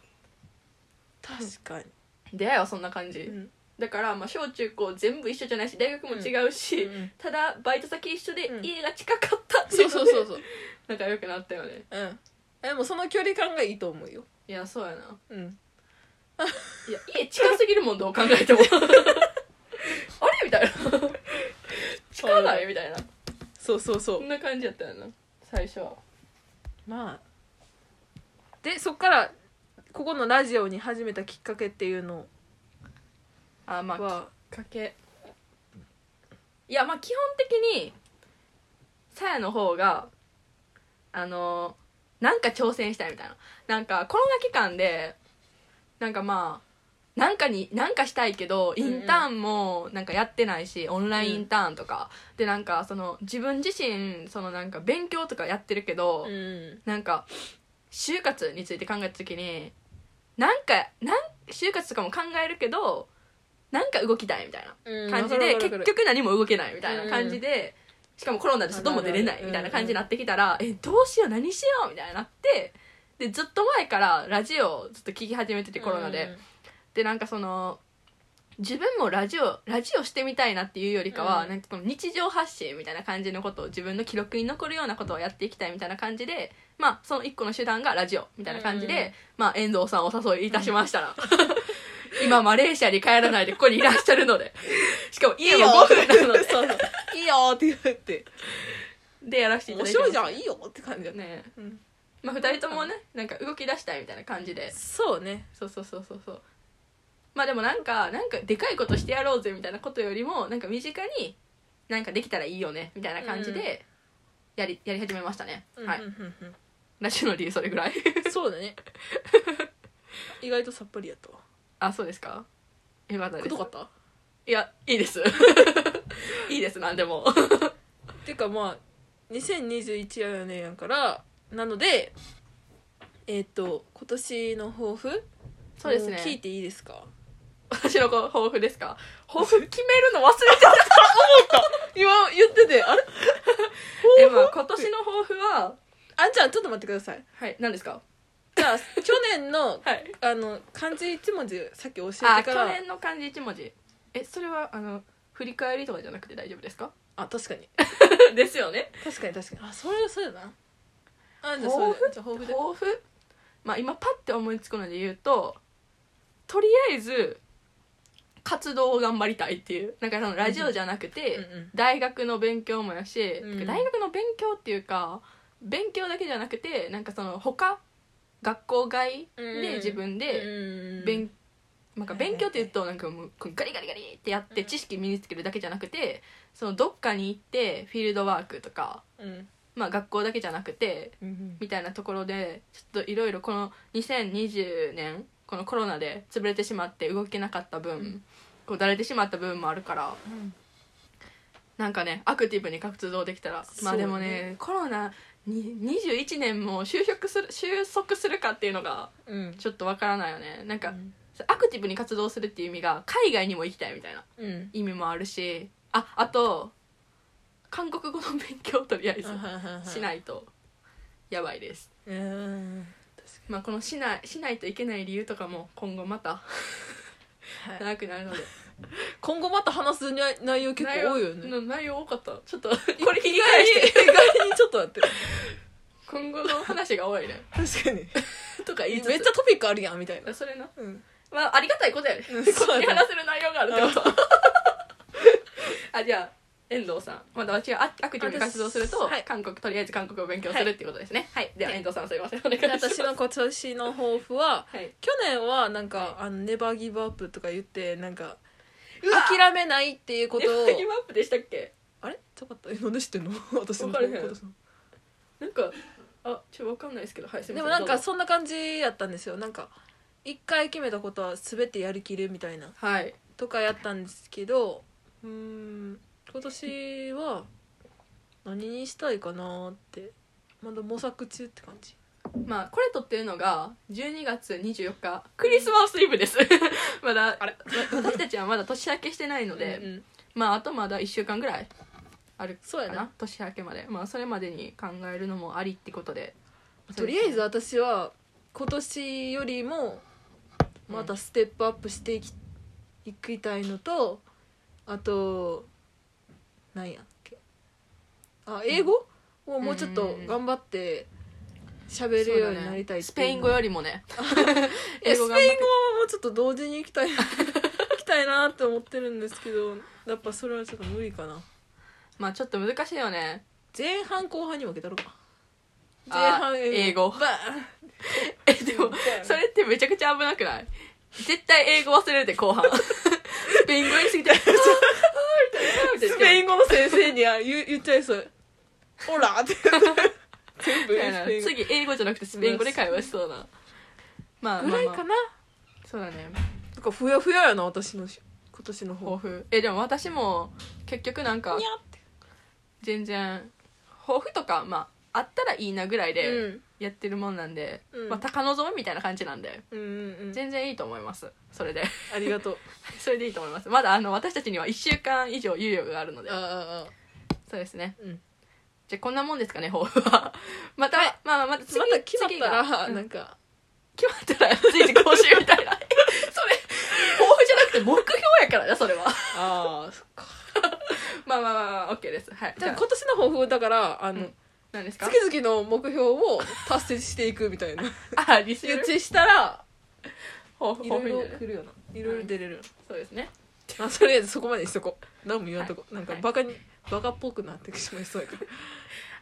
Speaker 1: 確かに、
Speaker 2: 出会いはそんな感じ、
Speaker 1: うん
Speaker 2: だからまあ小中高全部一緒じゃないし大学も違うし、
Speaker 1: うんうん
Speaker 2: ただバイト先一緒で
Speaker 1: うん
Speaker 2: 家が近かったってい
Speaker 1: そうう
Speaker 2: の
Speaker 1: そう
Speaker 2: で
Speaker 1: そうそう
Speaker 2: 仲良く *laughs* なったよね
Speaker 1: うんでもその距離感がいいと思うよ
Speaker 2: いやそうやな
Speaker 1: うん
Speaker 2: いや家近すぎるもんどう考えてもあれみたいな近ないみたいな
Speaker 1: そうそうそ
Speaker 2: そ
Speaker 1: うん
Speaker 2: な感じやったよな最初は
Speaker 1: まあでそっからここのラジオに始めたきっかけっていうの
Speaker 2: あま
Speaker 1: は
Speaker 2: かけいやまあ基本的にさやの方があのなんか挑戦したいみたいななんかコロナ期間でなんかまあなんかになんかしたいけどイ
Speaker 1: うんうん
Speaker 2: ンターンもなんかやってないし、オンラインインターンとか、でなんかその自分自身そのなんか勉強とかやってるけど、
Speaker 1: ん
Speaker 2: なんか就活について考えた時になんかなん就活とかも考えるけどなんか動きたいみたいな感じで、結局何も動けないみたいな感じで、しかもコロナで外も出れないみたいな感じになってきたら、えどうしよう何しようみたいになってでずっと前からラジオをずっと聞き始めててコロナで、でなんかその自分もラジオラジオしてみたいなっていうよりかは、
Speaker 1: うん
Speaker 2: なんかこの日常発信みたいな感じのことを自分の記録に残るようなことをやっていきたいみたいな感じでまあその一個の手段がラジオみたいな感じで、
Speaker 1: うん
Speaker 2: まあ遠藤さんをお誘いいたしましたら、 *laughs* 今マレーシアに帰らないでここにいらっしゃるのでしかも
Speaker 1: い
Speaker 2: 家
Speaker 1: い
Speaker 2: も
Speaker 1: よ
Speaker 2: 5分なので
Speaker 1: *laughs* そうそういいよって言って
Speaker 2: でやらせていた
Speaker 1: 面
Speaker 2: だいて
Speaker 1: 白いじ
Speaker 2: ん
Speaker 1: ゃんいいよって感じだね、
Speaker 2: ね
Speaker 1: うん、
Speaker 2: まあ2人ともねなんか動き出したいみたいな感じで
Speaker 1: そうね
Speaker 2: そうそうそうそうそうまあでもなんかなんかでかいことしてやろうぜみたいなことよりもなんか身近になんかできたらいいよねみたいな感じでやり,、やり始めましたね、はい
Speaker 1: うんうんうん
Speaker 2: ラジオの理由それぐらい *laughs*
Speaker 1: うんそうだね意外とさっぱりやったわ
Speaker 2: あそうですかよかったです
Speaker 1: くどかった
Speaker 2: いやいいです *laughs* いいですなんでも
Speaker 1: ていうかまあ2021年やからなのでえっ、と今年の抱負
Speaker 2: そうです
Speaker 1: も聞い
Speaker 2: ね
Speaker 1: ていいですか
Speaker 2: 私のこう抱負ですか抱負決めるの忘れてた
Speaker 1: *laughs* 今言っててあれ
Speaker 2: え、まあ、今年の抱負は
Speaker 1: あんちゃんちょっと待ってください
Speaker 2: はい何ですか
Speaker 1: じゃあ去年の
Speaker 2: はい
Speaker 1: あの漢字一文字さっき教えて
Speaker 2: あ去
Speaker 1: から
Speaker 2: 年の漢字一文字えそれはあの振り返りとかじゃなくて大丈夫ですか
Speaker 1: あ確かに *laughs*
Speaker 2: ですよね
Speaker 1: 確かに確かにあそれそうだなあじゃあ
Speaker 2: 抱負
Speaker 1: そうだじゃあ抱負で
Speaker 2: 抱負まあ今パッて思いつくので言うととりあえず活動を頑張りたいっていうなんかそのラジオじゃなくて、
Speaker 1: うんうん
Speaker 2: 大学の勉強もやし、
Speaker 1: うん
Speaker 2: 大学の勉強っていうか勉強だけじゃなくてなんかその他学校外で自分で勉、
Speaker 1: 勉
Speaker 2: なんか勉強っていうとなんかもうこうガリガリガリってやって
Speaker 1: うん
Speaker 2: 知識身につけるだけじゃなくてそのどっかに行ってフィールドワークとか、
Speaker 1: うん
Speaker 2: まあ、学校だけじゃなくて
Speaker 1: うん
Speaker 2: みたいなところでちょっといろいろこの2020年このコロナで潰れてしまって動けなかった分、こうだれてしまった部分もあるからなんかねアクティブに活動できたらまあでもね
Speaker 1: そ
Speaker 2: コ
Speaker 1: う
Speaker 2: ロナに21年も就職する収束するかっていうのが
Speaker 1: うん
Speaker 2: ちょっとわからないよねなんか、
Speaker 1: うん
Speaker 2: アクティブに活動するっていう意味が海外にも行きたいみたいな
Speaker 1: うん
Speaker 2: 意味もあるしああと韓国語の勉強をとりあえずし
Speaker 1: い
Speaker 2: ないとやばいです
Speaker 1: うん
Speaker 2: まあ、このしないしないといけない理由とかも今後また
Speaker 1: はい
Speaker 2: 長くなるので
Speaker 1: 今後また話す内内 *laughs* 容結構多いよ
Speaker 2: 内
Speaker 1: ね
Speaker 2: 容内容多かったちょっとこれ聞き返
Speaker 1: 意外に
Speaker 2: して
Speaker 1: 意外にちょっと待って
Speaker 2: 今後の話が多
Speaker 1: *laughs*
Speaker 2: いね
Speaker 1: 確かに
Speaker 2: とか言いつつ
Speaker 1: めっちゃトピックあるやんみたいな
Speaker 2: それな
Speaker 1: うん
Speaker 2: まあありがたいことやね
Speaker 1: うん
Speaker 2: こ
Speaker 1: そう
Speaker 2: っ
Speaker 1: や
Speaker 2: ち
Speaker 1: ね
Speaker 2: 話せる内容があるってこと *laughs* あじゃあ遠藤さんまた私がアアクティブに活動すると、
Speaker 1: 私はい
Speaker 2: 韓国とりあえず韓国を勉強するっていうことですねはい、では
Speaker 1: はい
Speaker 2: 遠藤さんすいませんお願いします
Speaker 1: 私の今年の抱負は
Speaker 2: はい、
Speaker 1: 去年はなんか「あのネバーギブアップ」とか言ってなんか
Speaker 2: うわ
Speaker 1: 諦めないっていうことを
Speaker 2: *laughs* ネバーギブアップでしたっけ
Speaker 1: あれちょっと待ってえなんで知ってんの *laughs* 私の
Speaker 2: わかれへん
Speaker 1: 今年の
Speaker 2: なんかあちょっとわかんないですけどはいすいま
Speaker 1: で
Speaker 2: せん
Speaker 1: もなん
Speaker 2: どう
Speaker 1: か
Speaker 2: ぞ
Speaker 1: そんな感じやったんですよなんか一回決めたことは全てやりきるみたいな
Speaker 2: はい
Speaker 1: とかやったんですけどうーん今年は何にしたいかなーってまだ模索中って感じ
Speaker 2: まあこれ撮ってるのが12月24日クリスマスイブです *laughs* まだ
Speaker 1: *laughs* あれ
Speaker 2: ま私たちはまだ年明けしてないので、
Speaker 1: うんうん
Speaker 2: まああとまだ1週間ぐらいある
Speaker 1: そう
Speaker 2: か
Speaker 1: や
Speaker 2: な
Speaker 1: な
Speaker 2: 年明けまでまあそれまでに考えるのもありってことで
Speaker 1: とりあえず私は今年よりもまたステップアップしていき,、いきたいのとあとなんやっけあ英語をもうちょっと頑張って喋るようになりたいっ
Speaker 2: ス
Speaker 1: て
Speaker 2: ペ
Speaker 1: い
Speaker 2: イ
Speaker 1: う
Speaker 2: ン
Speaker 1: の
Speaker 2: 語よりも
Speaker 1: *laughs*
Speaker 2: ね
Speaker 1: いや
Speaker 2: 英
Speaker 1: スペイ
Speaker 2: 語
Speaker 1: ン語
Speaker 2: が
Speaker 1: はもうちょっと同時に行き *laughs* たい行きたいなって思ってるんですけどやっぱそれはちょっと無理かな
Speaker 2: まあちょっと難しいよね
Speaker 1: 前半後半に分けたろうか
Speaker 2: あー
Speaker 1: 前半英
Speaker 2: 英
Speaker 1: 語
Speaker 2: 語
Speaker 1: バー
Speaker 2: えでも *laughs* それってめちゃくちゃ危なくない絶対英語忘れるって後
Speaker 1: *laughs*
Speaker 2: 半スペイン語言いすぎてあーあーみたいな
Speaker 1: スペイ
Speaker 2: ン
Speaker 1: ン語の先生には言う *laughs* 言っちゃいそう「オラ!」って *laughs* 全部スペイン語
Speaker 2: 次英語じゃなくてスペイン語で会話しそうなまあ
Speaker 1: ぐ
Speaker 2: まあ
Speaker 1: らい
Speaker 2: まあ
Speaker 1: かな
Speaker 2: そうだね
Speaker 1: なんかふやふややな私のし今年の方
Speaker 2: 抱負えでも私も結局なんか
Speaker 1: にゃって
Speaker 2: 全然抱負とかまああったらいいなぐらいで
Speaker 1: うん
Speaker 2: やってるもんなんで、
Speaker 1: うん
Speaker 2: まあ高望みみたいな感じなんで
Speaker 1: うんうんうん
Speaker 2: 全然いいと思いますそれで *laughs*
Speaker 1: ありがとう
Speaker 2: それでいいと思いますまだあの私たちには1週間以上猶予があるので
Speaker 1: あああ
Speaker 2: そうですね
Speaker 1: うん
Speaker 2: じゃあこんなもんですかね抱負は *laughs* また、まあまあまた次
Speaker 1: また決まっ
Speaker 2: 次
Speaker 1: た
Speaker 2: が
Speaker 1: ら
Speaker 2: うん
Speaker 1: なんか
Speaker 2: 決まったら随時更新みたいな *laughs* それ抱負じゃなくて目標やからなそれは
Speaker 1: ああそっか
Speaker 2: まあまあまあまあ OK ですはいじ
Speaker 1: じゃ
Speaker 2: ゃ
Speaker 1: あ
Speaker 2: あ
Speaker 1: 今年の抱負だからあ
Speaker 2: う
Speaker 1: の
Speaker 2: ん何ですか
Speaker 1: 月々の目標を達成していくみたいな
Speaker 2: あリス
Speaker 1: 予
Speaker 2: ル
Speaker 1: 知したら
Speaker 2: 抱負抱
Speaker 1: いろ
Speaker 2: 負
Speaker 1: い
Speaker 2: にな
Speaker 1: ろ
Speaker 2: る
Speaker 1: 来るよないろいろ出れる
Speaker 2: そうですね
Speaker 1: まあとりあえずそこまでにしとこう何も言わんとこなんか
Speaker 2: はい
Speaker 1: バカにバカっぽくなってしまいそうやか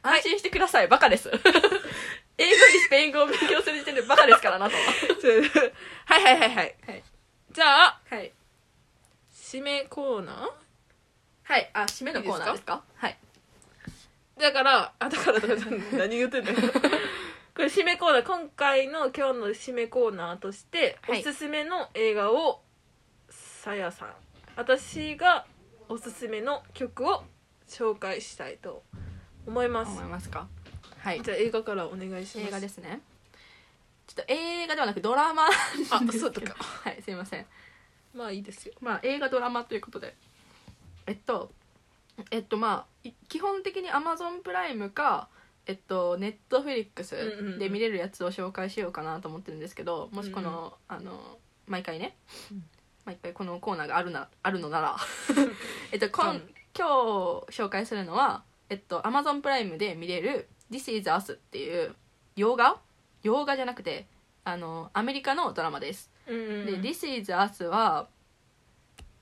Speaker 1: ら
Speaker 2: 安心してください、バカ *laughs* です英語よりスペイン語を勉強する時点でバカですからなと
Speaker 1: *laughs* はいはいはいはい。
Speaker 2: はい
Speaker 1: じゃあ、
Speaker 2: はい
Speaker 1: 締めコーナ
Speaker 2: はいあ締めのコーナーですかはい
Speaker 1: ーだから、あ、だから、だから何言ってんだよ。 *laughs* これ締めコーナー、今回の今日の締めコーナーとして、
Speaker 2: はい
Speaker 1: おすすめの映画を、さやさん。私がおすすめの曲を紹介したいと思います
Speaker 2: 思。いますかはい
Speaker 1: じゃあ映画からお願いします。。
Speaker 2: 映画ですすねちょっと映画ではなくドラマ
Speaker 1: あ
Speaker 2: なん、です
Speaker 1: そう
Speaker 2: け
Speaker 1: と
Speaker 2: ど
Speaker 1: か。
Speaker 2: はいすいません
Speaker 1: まあいいですよ。
Speaker 2: まあ映画ドラマということでえっとえっとまあい基本的に Amazon プライムかえっと Netflix
Speaker 1: うんうんうん
Speaker 2: で見れるやつを紹介しようかなと思ってるんですけどもしこのあの毎回ね
Speaker 1: うん
Speaker 2: 毎回このコーナーがあるなあるのなら *laughs* えっと今
Speaker 1: うん
Speaker 2: 今日紹介するのは、えっと、Amazon プライムで見れる「This is Us」っていう洋画洋画じゃなくてあのアメリカのドラマです。
Speaker 1: うん
Speaker 2: で「This is Us は」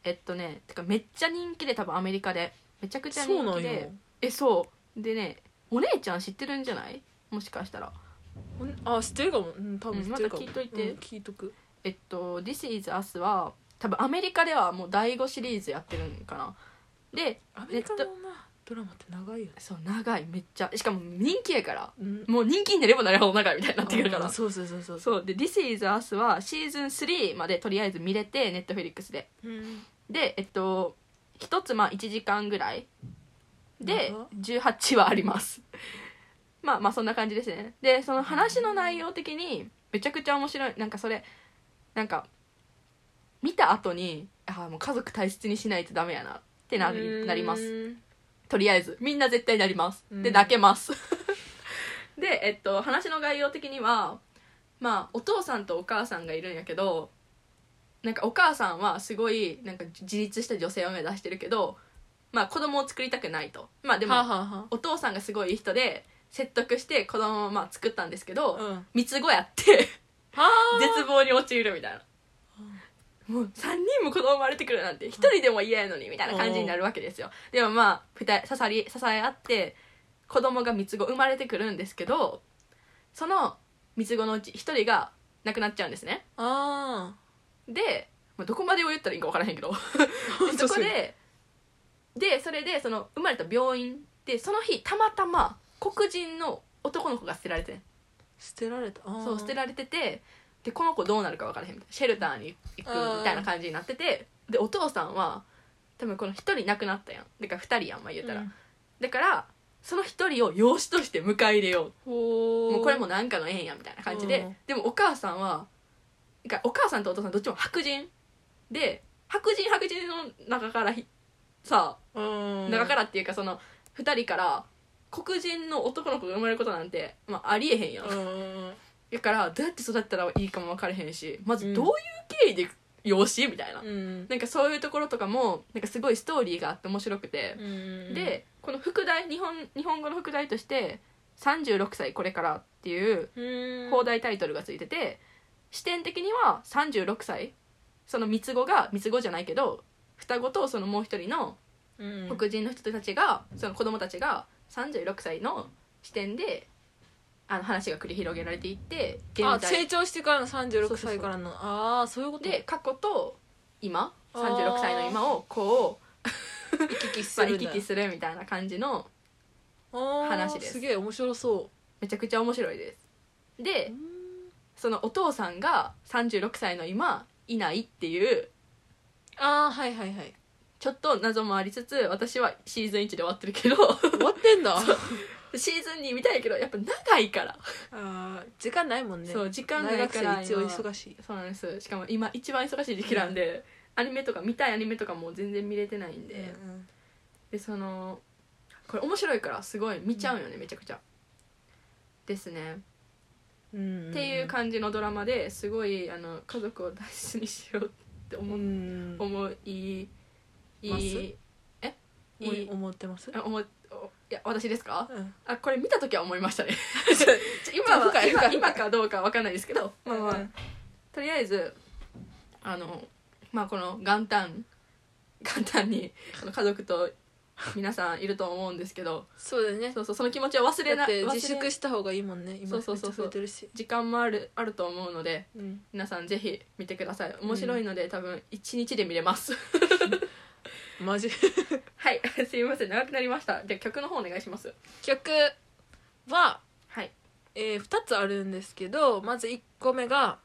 Speaker 2: えっとねてかめっちゃ人気で多分アメリカでめちゃくちゃ
Speaker 1: そう
Speaker 2: 人
Speaker 1: な
Speaker 2: 気
Speaker 1: んよ
Speaker 2: でえそうでねお姉ちゃん知ってるんじゃないもしかしたら
Speaker 1: おあ知ってるかもうん多分知ってるかも、
Speaker 2: うんまた聞いといて
Speaker 1: うん聞いとく
Speaker 2: えっと「This is Us は」多分アメリカではもう第5シリーズやってるんかなで
Speaker 1: アメリカのなドラマって長いよね
Speaker 2: そう長いめっちゃしかも人気やから
Speaker 1: うん
Speaker 2: もう人気になればなるほど長いみたいになってくるか
Speaker 1: あ
Speaker 2: ら
Speaker 1: ーそうそうそうそう
Speaker 2: そうで「This is Us」はシーズン3までとりあえず見れて Netflix で
Speaker 1: うん
Speaker 2: でえっと一つまあ1時間ぐらいで
Speaker 1: 長っ
Speaker 2: 18話あります *laughs* まあまあそんな感じですねでその話の内容的にめちゃくちゃ面白いなんかそれなんか見た後にああもう家族大切にしないとダメやなってなりなります
Speaker 1: うん
Speaker 2: とりあえずみんな絶対なります
Speaker 1: う
Speaker 2: で
Speaker 1: ん
Speaker 2: 泣けます *laughs* でえっと話の概要的にはまあお父さんとお母さんがいるんやけどなんかお母さんはすごいなんか自立した女性を目指してるけどまあ子供を作りたくないとまあでも
Speaker 1: はあ、はあ
Speaker 2: お父さんがすごいいい人で説得して子供をまあ作ったんですけど、
Speaker 1: はあうん
Speaker 2: 三つ子やって
Speaker 1: は
Speaker 2: 絶望に陥るみたいなもう3人も子供生まれてくるなんて1人でも嫌やのにみたいな感じになるわけですよでもまあ二人刺さり支え合って子供が三つ子生まれてくるんですけどその三つ子のうち1人が亡くなっちゃうんですね
Speaker 1: あ
Speaker 2: で、まあ、どこまでを言ったらいいんか分からへんけど
Speaker 1: *laughs*
Speaker 2: *laughs*
Speaker 1: ー
Speaker 2: そこででそれでその生まれた病院でその日たまたま黒人の男の子が捨てられてん
Speaker 1: 捨てられたあー
Speaker 2: そう捨てられててでこの子どうなるか分からへんみたいなシェルターに行くみたいな感じになっててでお父さんは多分この1人亡くなったやんだから2人やんまあ言うたら、
Speaker 1: うん
Speaker 2: だからその1人を養子として迎え入れよう
Speaker 1: ほー
Speaker 2: もうこれもなんかの縁やみたいな感じ
Speaker 1: う
Speaker 2: で
Speaker 1: ん
Speaker 2: でもお母さんはなんかお母さんとお父さんどっちも白人で白人白人の中からひさ
Speaker 1: うん
Speaker 2: 中からっていうかその2人から黒人の男の子が生まれることなんて、まあ、ありえへんやん
Speaker 1: うん
Speaker 2: だからどうやって育ったらいいかも分からへんしま
Speaker 1: う
Speaker 2: ず
Speaker 1: ん
Speaker 2: どういう経緯で養子みたいな、
Speaker 1: うん
Speaker 2: なんかそういうところとかもなんかすごいストーリーがあって面白くて、
Speaker 1: うん
Speaker 2: でこの副題日本日本語の副題として「36歳これから」っていう
Speaker 1: うん
Speaker 2: 放題タイトルがついてて視点的には36歳その三つ子が三つ子じゃないけど双子とそのもう一人の
Speaker 1: うん
Speaker 2: 黒人の人たちがその子供たちが36歳の視点であの話が繰り広げられていって現
Speaker 1: あ
Speaker 2: 代
Speaker 1: 成長してからの
Speaker 2: そう
Speaker 1: 36
Speaker 2: そうそう
Speaker 1: 歳からのああそういうこと
Speaker 2: で過去と今
Speaker 1: あー
Speaker 2: 36歳の今をこう、
Speaker 1: 行き来す
Speaker 2: まあ、
Speaker 1: る
Speaker 2: 行
Speaker 1: んだ
Speaker 2: き来するみたいな感じの
Speaker 1: あー
Speaker 2: 話です
Speaker 1: すげえ面白そ
Speaker 2: めちゃくちゃ面白いです
Speaker 1: う
Speaker 2: でそのお父さんが36歳の今いないっていう
Speaker 1: ああはいはいはい
Speaker 2: ちょっと謎もありつつ私はシーズン1で終わってるけど *laughs*
Speaker 1: 終わってんだ
Speaker 2: シーズン2見たいけどやっぱ長いから、
Speaker 1: あー時間ないもんね
Speaker 2: そう時間な
Speaker 1: 大
Speaker 2: い
Speaker 1: 学
Speaker 2: から
Speaker 1: 生一応
Speaker 2: 今
Speaker 1: 忙しい
Speaker 2: そうなんですしかも今一番忙しい時期なんで、アニメとか見たいアニメとかも全然見れてないんで、
Speaker 1: うん
Speaker 2: でそのこれ面白いからすごい見ちゃうよね、めちゃくちゃですね、
Speaker 1: うん
Speaker 2: っていう感じのドラマですごいあの家族を大切にしようって
Speaker 1: う
Speaker 2: 思,、うん思ういいい
Speaker 1: ます
Speaker 2: いえい
Speaker 1: 思い
Speaker 2: い
Speaker 1: 思ってます
Speaker 2: あ思うおいや私ですか
Speaker 1: うん
Speaker 2: あこれ見た時は思いま
Speaker 1: *laughs*
Speaker 2: したね *laughs* ちょ今は
Speaker 1: ちょ深い
Speaker 2: 今
Speaker 1: 深い
Speaker 2: 今かどうかわかんないですけどまあまあ、
Speaker 1: うん
Speaker 2: とりあえずあのまあこの元旦元旦にあの家族と皆さんいると思うんですけど
Speaker 1: そうだよね
Speaker 2: そうそうその気持ちを忘れ
Speaker 1: だ
Speaker 2: な
Speaker 1: って
Speaker 2: い
Speaker 1: 自粛した方がいいもんね今
Speaker 2: そうそうそうそう
Speaker 1: めっちゃ増えてるし
Speaker 2: 時間もあるあると思うので
Speaker 1: うん
Speaker 2: 皆さんぜひ見てください面白いので、多分1日で見れます
Speaker 1: マジ
Speaker 2: *laughs* はい *laughs* すいません長くなりましたじゃあ曲の方お願いします
Speaker 1: 曲は
Speaker 2: はい
Speaker 1: えー、2つあるんですけどまず1個目が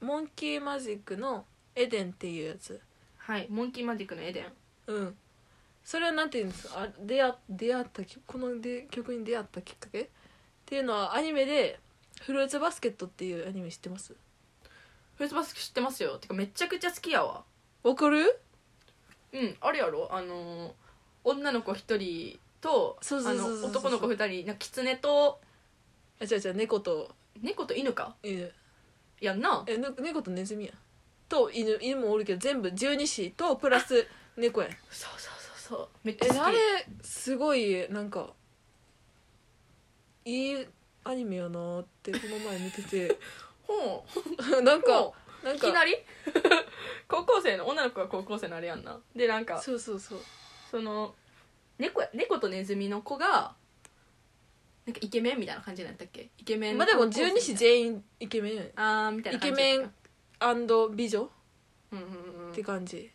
Speaker 1: モンキーマジックの「エデン」っていうやつ
Speaker 2: はいモンキーマジックのエデン
Speaker 1: うんそれはなんて言うんですかあ出会出会ったきこので曲に出会ったきっかけっていうのはアニメで「フルーツバスケット」っていうアニメ知ってます
Speaker 2: フルーツバスケ知ってますよてかめちゃくちゃ好きやわ
Speaker 1: わかる
Speaker 2: うんあれやろあのー女の子1人と
Speaker 1: そうそうそうそう
Speaker 2: あの男の子2人なんか狐と
Speaker 1: あ違う違う猫と
Speaker 2: 猫と犬か
Speaker 1: 犬
Speaker 2: やんな
Speaker 1: えぬ猫とネズミやと犬犬もおるけど全部十二子とプラス猫やん
Speaker 2: そうそうそうそそうめっち
Speaker 1: え
Speaker 2: ゃ好
Speaker 1: あ
Speaker 2: き
Speaker 1: れすごいなんかいいアニメやなーってこの前見て
Speaker 2: *laughs*
Speaker 1: て
Speaker 2: ほう
Speaker 1: なんか
Speaker 2: ほ
Speaker 1: なん
Speaker 2: いき
Speaker 1: か
Speaker 2: なり *laughs* 高校生の女の子が高校生のあれやんなでなんか
Speaker 1: そうそうそう
Speaker 2: その猫や猫とネズミの子がなんかイケメンみたいな感じになったっけイケメン
Speaker 1: まあでも十二支
Speaker 2: 員
Speaker 1: 全員イケメン
Speaker 2: あーみたい
Speaker 1: イ
Speaker 2: な感じ
Speaker 1: ケメン美女
Speaker 2: うんうんうん
Speaker 1: って感じ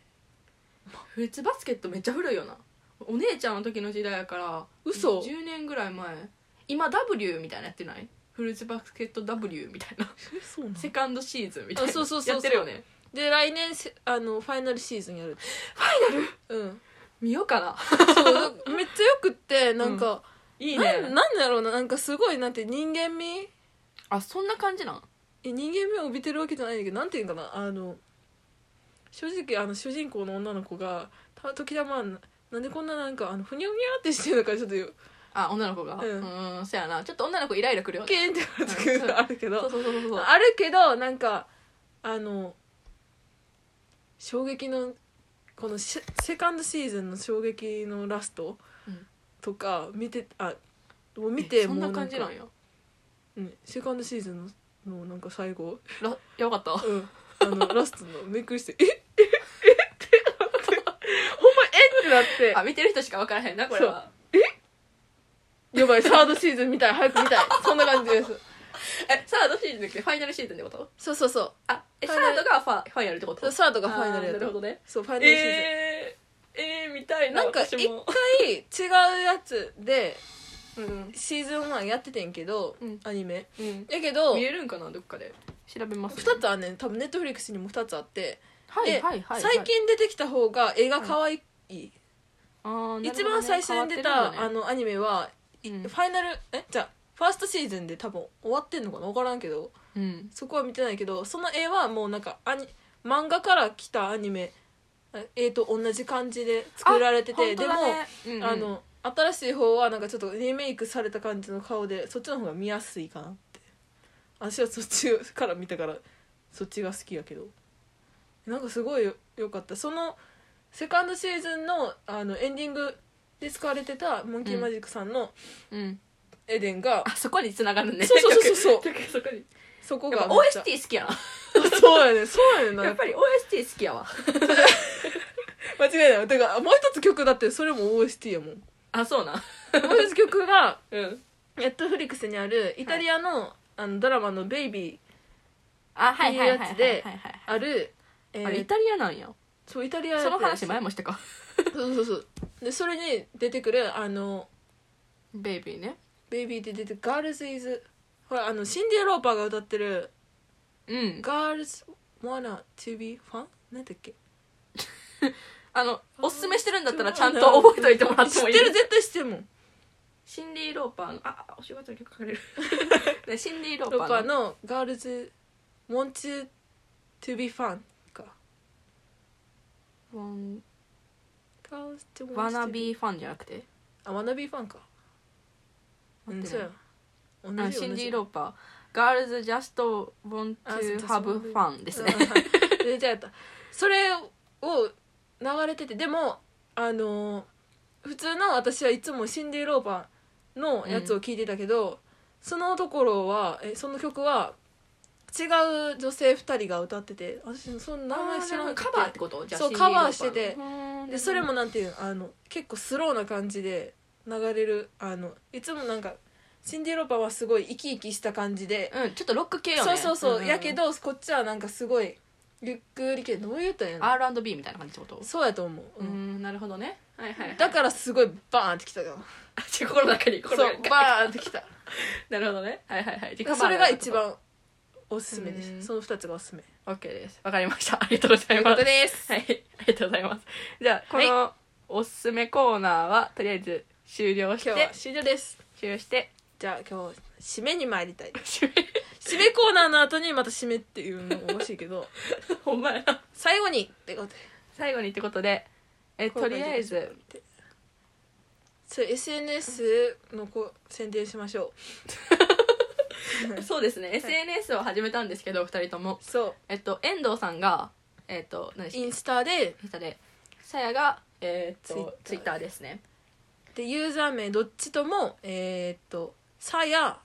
Speaker 2: フルーツバスケットめっちゃ古いよなお姉ちゃんの時の時代やから
Speaker 1: 嘘
Speaker 2: 10年ぐらい前今 W みたいなやってないフルーツバスケット W みたいな
Speaker 1: そうな
Speaker 2: セカンドシーズンみたいな
Speaker 1: あそうそうそ
Speaker 2: や
Speaker 1: うそう
Speaker 2: ってるよね
Speaker 1: で来年せあのファイナルシーズンやるファイナルうん
Speaker 2: 見ようかな
Speaker 1: そうめっちゃよくってなんか、
Speaker 2: いい
Speaker 1: なんなんだろうななんかすごいなんて人間味
Speaker 2: あそんな感じなん
Speaker 1: え人間味を帯びてるわけじゃないんだけどなんていうんかなあの正直あの主人公の女の子がた時たまななんでこんななんかあのふにゃふにゃってしてるのかちょっとよ
Speaker 2: あ女の子が
Speaker 1: うん
Speaker 2: うんそやなちょっと女の子イライラくるよね
Speaker 1: けーんってなる時があるけど
Speaker 2: そうそうそうそうそう
Speaker 1: あるけどなんかあの衝撃のこのシセカンドシーズンの衝撃のラスト
Speaker 2: うん
Speaker 1: とか見てあもう見て
Speaker 2: そんな
Speaker 1: もうか
Speaker 2: 感じなんや
Speaker 1: うん、セカンドシーズンののなんか最後、
Speaker 2: らやばかった
Speaker 1: うん、あのラストのめくりして「ええええってなってほんま
Speaker 2: あ見てる人しか分からへんなこれは
Speaker 1: えってなってやばいサードシーズン見たい早く見たいそんな感じです
Speaker 2: えサードシーズンじゃなくてファイナルシーズンってこと
Speaker 1: そうそうそう
Speaker 2: あえ
Speaker 1: フ
Speaker 2: サ
Speaker 1: ァイナル
Speaker 2: ードがファファイナルってこと
Speaker 1: そうサードがファイナル
Speaker 2: あ
Speaker 1: やった
Speaker 2: ーなるほどね
Speaker 1: そうファイナルシーズン、
Speaker 2: えー、えー、見たいな
Speaker 1: なんか
Speaker 2: 私も
Speaker 1: 一回違うやつで
Speaker 2: うん、
Speaker 1: シーズン1やっててんけど、
Speaker 2: うん
Speaker 1: アニメ
Speaker 2: うん、
Speaker 1: やけど
Speaker 2: 見れるんかなどっかで調べます
Speaker 1: 2つはね多分ネットフリックスにも2つあって、
Speaker 2: は
Speaker 1: で
Speaker 2: いはいはい
Speaker 1: 最近出てきた方が絵が可愛い、一番最初に出た、あのアニメは、い
Speaker 2: うん
Speaker 1: ファイナルえじゃあファーストシーズンで多分終わってんのかな分からんけど
Speaker 2: うん
Speaker 1: そこは見てないけどその絵はもうなんかアニ漫画から来たアニメえ絵と同じ感じで作られてて、でも
Speaker 2: でも、うんうん
Speaker 1: あの新しい方はなんかちょっとリメイクされた感じの顔でそっちの方が見やすいかなって私はそっちから見たからそっちが好きやけどなんかすごいよよかったそのセカンドシーズンのあのエンディングで使われてたモンキーマジックさんの
Speaker 2: うん、
Speaker 1: エデンが、
Speaker 2: あそこに繋がるね
Speaker 1: そうそうそうそう
Speaker 2: そこに
Speaker 1: そこ
Speaker 2: や
Speaker 1: が
Speaker 2: っぱ
Speaker 1: めっちゃ
Speaker 2: OST 好きや
Speaker 1: *laughs* そうやねそうやねん
Speaker 2: な
Speaker 1: な
Speaker 2: やっぱり OST 好きやわ
Speaker 1: 間違いないてかもう一つ曲だってそれも OST やもんも
Speaker 2: あそうな
Speaker 1: う一つ曲が
Speaker 2: うん
Speaker 1: ネットフリックスにあるイタリアの,、あのドラマの「ベイビー
Speaker 2: あはいい
Speaker 1: は
Speaker 2: はいい
Speaker 1: は
Speaker 2: はいい
Speaker 1: はい
Speaker 2: は
Speaker 1: はいいある、えー
Speaker 2: あれイタリアなんや
Speaker 1: そうイタリア
Speaker 2: その話
Speaker 1: も
Speaker 2: 前もしたか
Speaker 1: *laughs* そうそうそうでそれに出てくるあの
Speaker 2: ベイビーね
Speaker 1: ベイビーって出てガールズイズほらあのシンディ・ローパーが歌ってる
Speaker 2: うん
Speaker 1: ガールズ wanna to be fun なんだっけ
Speaker 2: あのおすすめしてるんだったらちゃんと覚えといてもらって
Speaker 1: 知っ
Speaker 2: も
Speaker 1: て
Speaker 2: いい
Speaker 1: る絶対知ってるもん
Speaker 2: シンディ・ローパーのああお仕事に書か *laughs* れるねシンディ・ロー
Speaker 1: ロ
Speaker 2: パ
Speaker 1: ー
Speaker 2: ー
Speaker 1: パ
Speaker 2: の
Speaker 1: ーのガールズ want to be fun か
Speaker 2: ワン
Speaker 1: ガールズ want to
Speaker 2: ワナビーファンじゃなくて
Speaker 1: あ wanna be fun かう
Speaker 2: 合っ
Speaker 1: ん
Speaker 2: て
Speaker 1: そう
Speaker 2: る
Speaker 1: や同
Speaker 2: あ
Speaker 1: じ
Speaker 2: シンディ・
Speaker 1: ー
Speaker 2: ローパーガールズ・ジャスト・ボン・ト
Speaker 1: あそう
Speaker 2: ゥ・
Speaker 1: そう
Speaker 2: ハブ・ファンですね
Speaker 1: でじゃあやったそれを流れててでもあのー普通の私はいつもシンディ・ローパーのやつを聞いてたけど、そのところはえその曲は違う女性2人が歌ってて私その名前知らんく
Speaker 2: カバーってことじゃあ
Speaker 1: そう
Speaker 2: シンディ
Speaker 1: カバーしてて
Speaker 2: ローパーの
Speaker 1: でそれもなんていうのあの結構スローな感じで流れるあのいつもなんかシンディ・ローパーはすごい生き生きした感じで、
Speaker 2: うんちょっとロック系よ
Speaker 1: そ
Speaker 2: ね
Speaker 1: うそうそう、
Speaker 2: んん
Speaker 1: やけどこっちはなんかすごいゆっくり系どう言ったらいいの
Speaker 2: R&B みたいな感じってこと
Speaker 1: そうやと思う、
Speaker 2: うーんなるほどねはいはいはい
Speaker 1: だからすごいバーンってきたよ
Speaker 2: あ違う心の中に
Speaker 1: そう
Speaker 2: 心の中に
Speaker 1: バーンってきた
Speaker 2: *laughs* なるほどねはいはいはい
Speaker 1: それが一番おすすめで
Speaker 2: う
Speaker 1: す
Speaker 2: ん
Speaker 1: その2つがおすすめ
Speaker 2: OK ですわかりました *laughs* ありがとうございます
Speaker 1: です
Speaker 2: はい、ありがとうございます。じゃあ、このおすすめコーナーは、とりあえず終了し
Speaker 1: 今日は
Speaker 2: て、
Speaker 1: 終了です
Speaker 2: 終了して、 *laughs*
Speaker 1: じゃあ今日締めに参りたい
Speaker 2: 締め、
Speaker 1: 締めコーナーの後にまた締めっていうのもおかしいけ *laughs* ど
Speaker 2: ほんまやな。
Speaker 1: 最後にってことで
Speaker 2: 最後にってことで、え、とりあえず、
Speaker 1: そう SNS のこう宣伝しま *laughs* しょ
Speaker 2: そうですね、SNS を始めたんですけど、二人とも
Speaker 1: う。そう
Speaker 2: えっと、遠藤さんが、えっと、何でし
Speaker 1: インスタで
Speaker 2: たっけで、さやが、えーっとツイッタ
Speaker 1: Twitter
Speaker 2: ーですね
Speaker 1: でユーザー名どっちともえーっと「さや」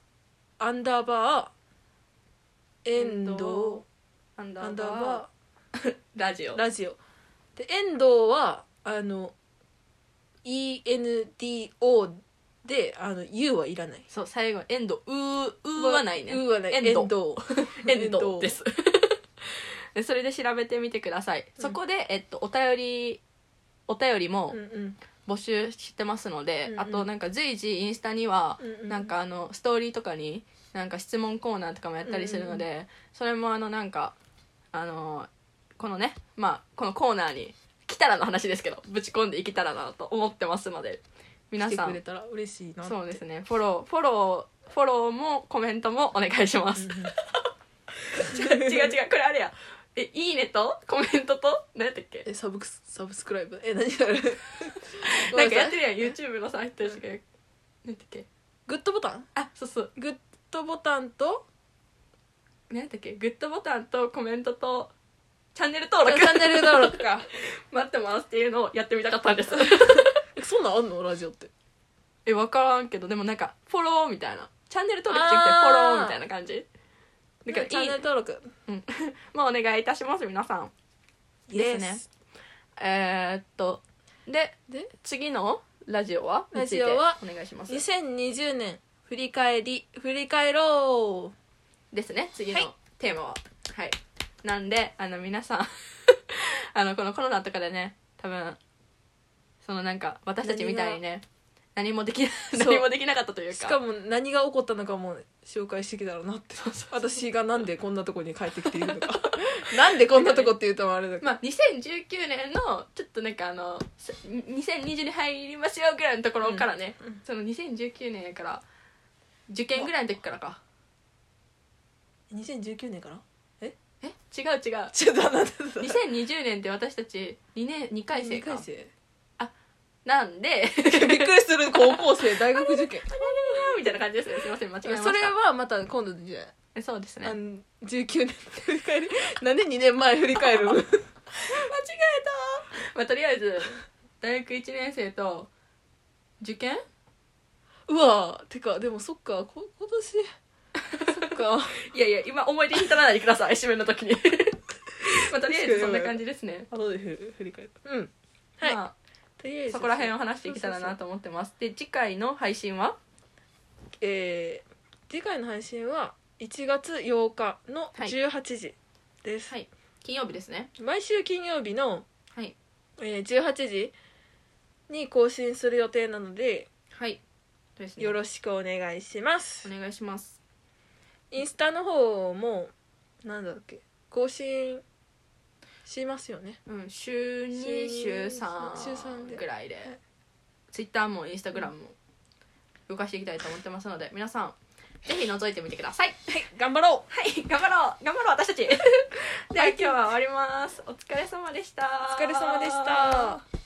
Speaker 1: アンダーバー「遠藤
Speaker 2: アンダ
Speaker 1: ア
Speaker 2: ー
Speaker 1: ンダー
Speaker 2: バ
Speaker 1: バ
Speaker 2: ーラジオ
Speaker 1: ーラジオ」で遠藤はあの ENDO であの U はいらない
Speaker 2: そう最後エンドウーウーはないね
Speaker 1: うはない
Speaker 2: エン
Speaker 1: 遠
Speaker 2: ド
Speaker 1: 藤
Speaker 2: エンドです *laughs* でそれで調べてみてください、
Speaker 1: うん
Speaker 2: そこで、えっと、お便りお便りも
Speaker 1: うんうん
Speaker 2: 募集してますので、
Speaker 1: うんうん
Speaker 2: あとなんか随時インスタには
Speaker 1: うんうん
Speaker 2: なんかあのストーリーとかになんか質問コーナーとかもやったりするので、それもあのなんかあのこのねまあこのコーナーに来たらの話ですけどぶち込んでいけたらなと思ってますので皆
Speaker 1: 来て
Speaker 2: さ
Speaker 1: くれ
Speaker 2: ん
Speaker 1: たら嬉しいなって
Speaker 2: そうですねフォローフォローフォローもコメントもお願いします、 *laughs* 違う違うこれあれやえいいねとコメントと何やったっけ
Speaker 1: えサブクスサブスクライブえ何それ
Speaker 2: なんかやってるやん YouTube のさ入ってるしか何やったっけ
Speaker 1: グッドボタン
Speaker 2: あそうそう
Speaker 1: グッドボタンと
Speaker 2: 何やったっけグッドボタンとコメントとチャンネル登
Speaker 1: チ
Speaker 2: 録
Speaker 1: ャンネル登録か
Speaker 2: *laughs* 待ってますっていうのをやってみたかったんです
Speaker 1: えそんなんあんのラジオって
Speaker 2: *laughs* え分からんけどでもなんかフォローみたいなチャンネル登録してきてフ
Speaker 1: あー
Speaker 2: ォローみたいな感じだから
Speaker 1: チャ
Speaker 2: い
Speaker 1: ン
Speaker 2: い
Speaker 1: ネル登録
Speaker 2: *laughs* まあお願いいたします皆さんですえー、っとで
Speaker 1: で
Speaker 2: 次のラジオは
Speaker 1: ラジオは
Speaker 2: についてお願いします
Speaker 1: 2020年振り返り振り返ろう
Speaker 2: ですね次の
Speaker 1: はい
Speaker 2: テーマははい、なんであの皆さん *laughs* あのこのコロナとかでね多分そのなんか私たちみたいにね何もできな
Speaker 1: そう
Speaker 2: 何もできなかったというか
Speaker 1: しかも何が起こったのかも紹介してきたらなって
Speaker 2: そうそうそう
Speaker 1: 私がなんでこんなとこに帰ってきているのか *laughs* なんでこんなとこって言うともあれだ *laughs* けど、
Speaker 2: まあ、2019年のちょっとなんかあのせ2020に入りますよぐらいのところからね、
Speaker 1: うん
Speaker 2: その2019年やから受験ぐらいの時からか
Speaker 1: 2019年から
Speaker 2: え違う違う
Speaker 1: ちょっとなんだろう
Speaker 2: 2020年って私たち2年2回生
Speaker 1: 二
Speaker 2: か
Speaker 1: 回生
Speaker 2: なんで *laughs*
Speaker 1: びっくりする高校生大学受験 *laughs*
Speaker 2: みたいな感じですねすいません間違えました
Speaker 1: それはまた今度じゃ
Speaker 2: えそうです
Speaker 1: あ、
Speaker 2: ね
Speaker 1: あの19年振り返りなんで2年前振り返るの
Speaker 2: まあ、とりあえず大学1年生と受験
Speaker 1: うわてかでもそっかこ今年そっか
Speaker 2: *laughs* いやいや今思い出に浸らないでください締めの時に *laughs* まあとりあえずそんな感じですね
Speaker 1: 後で振り返るうんはい、
Speaker 2: ま
Speaker 1: とりあえ
Speaker 2: あ、
Speaker 1: ず
Speaker 2: そこら辺を話していけたらなと思ってますで次回の配信は
Speaker 1: えー次回の配信は1月8日の
Speaker 2: はい
Speaker 1: 18時です、
Speaker 2: はい金曜日ですね
Speaker 1: 毎週金曜日の、
Speaker 2: はい
Speaker 1: えー18時に更新する予定なので
Speaker 2: はいそうですね
Speaker 1: よろしくお願いします、
Speaker 2: お願いします
Speaker 1: インスタの方もなんだっけ更新しますよね
Speaker 2: うん週2
Speaker 1: 週
Speaker 2: 週
Speaker 1: 二週三で
Speaker 2: 3ぐらいで
Speaker 1: はい
Speaker 2: ツイッターもインスタグラムも動かしていきたいと思ってますので皆さんぜひ覗いてみてください
Speaker 1: はい頑張ろう
Speaker 2: はい、頑張ろう頑張ろう *laughs* 私たちでは今日は終わりますお疲れ様でした
Speaker 1: お疲れ様でした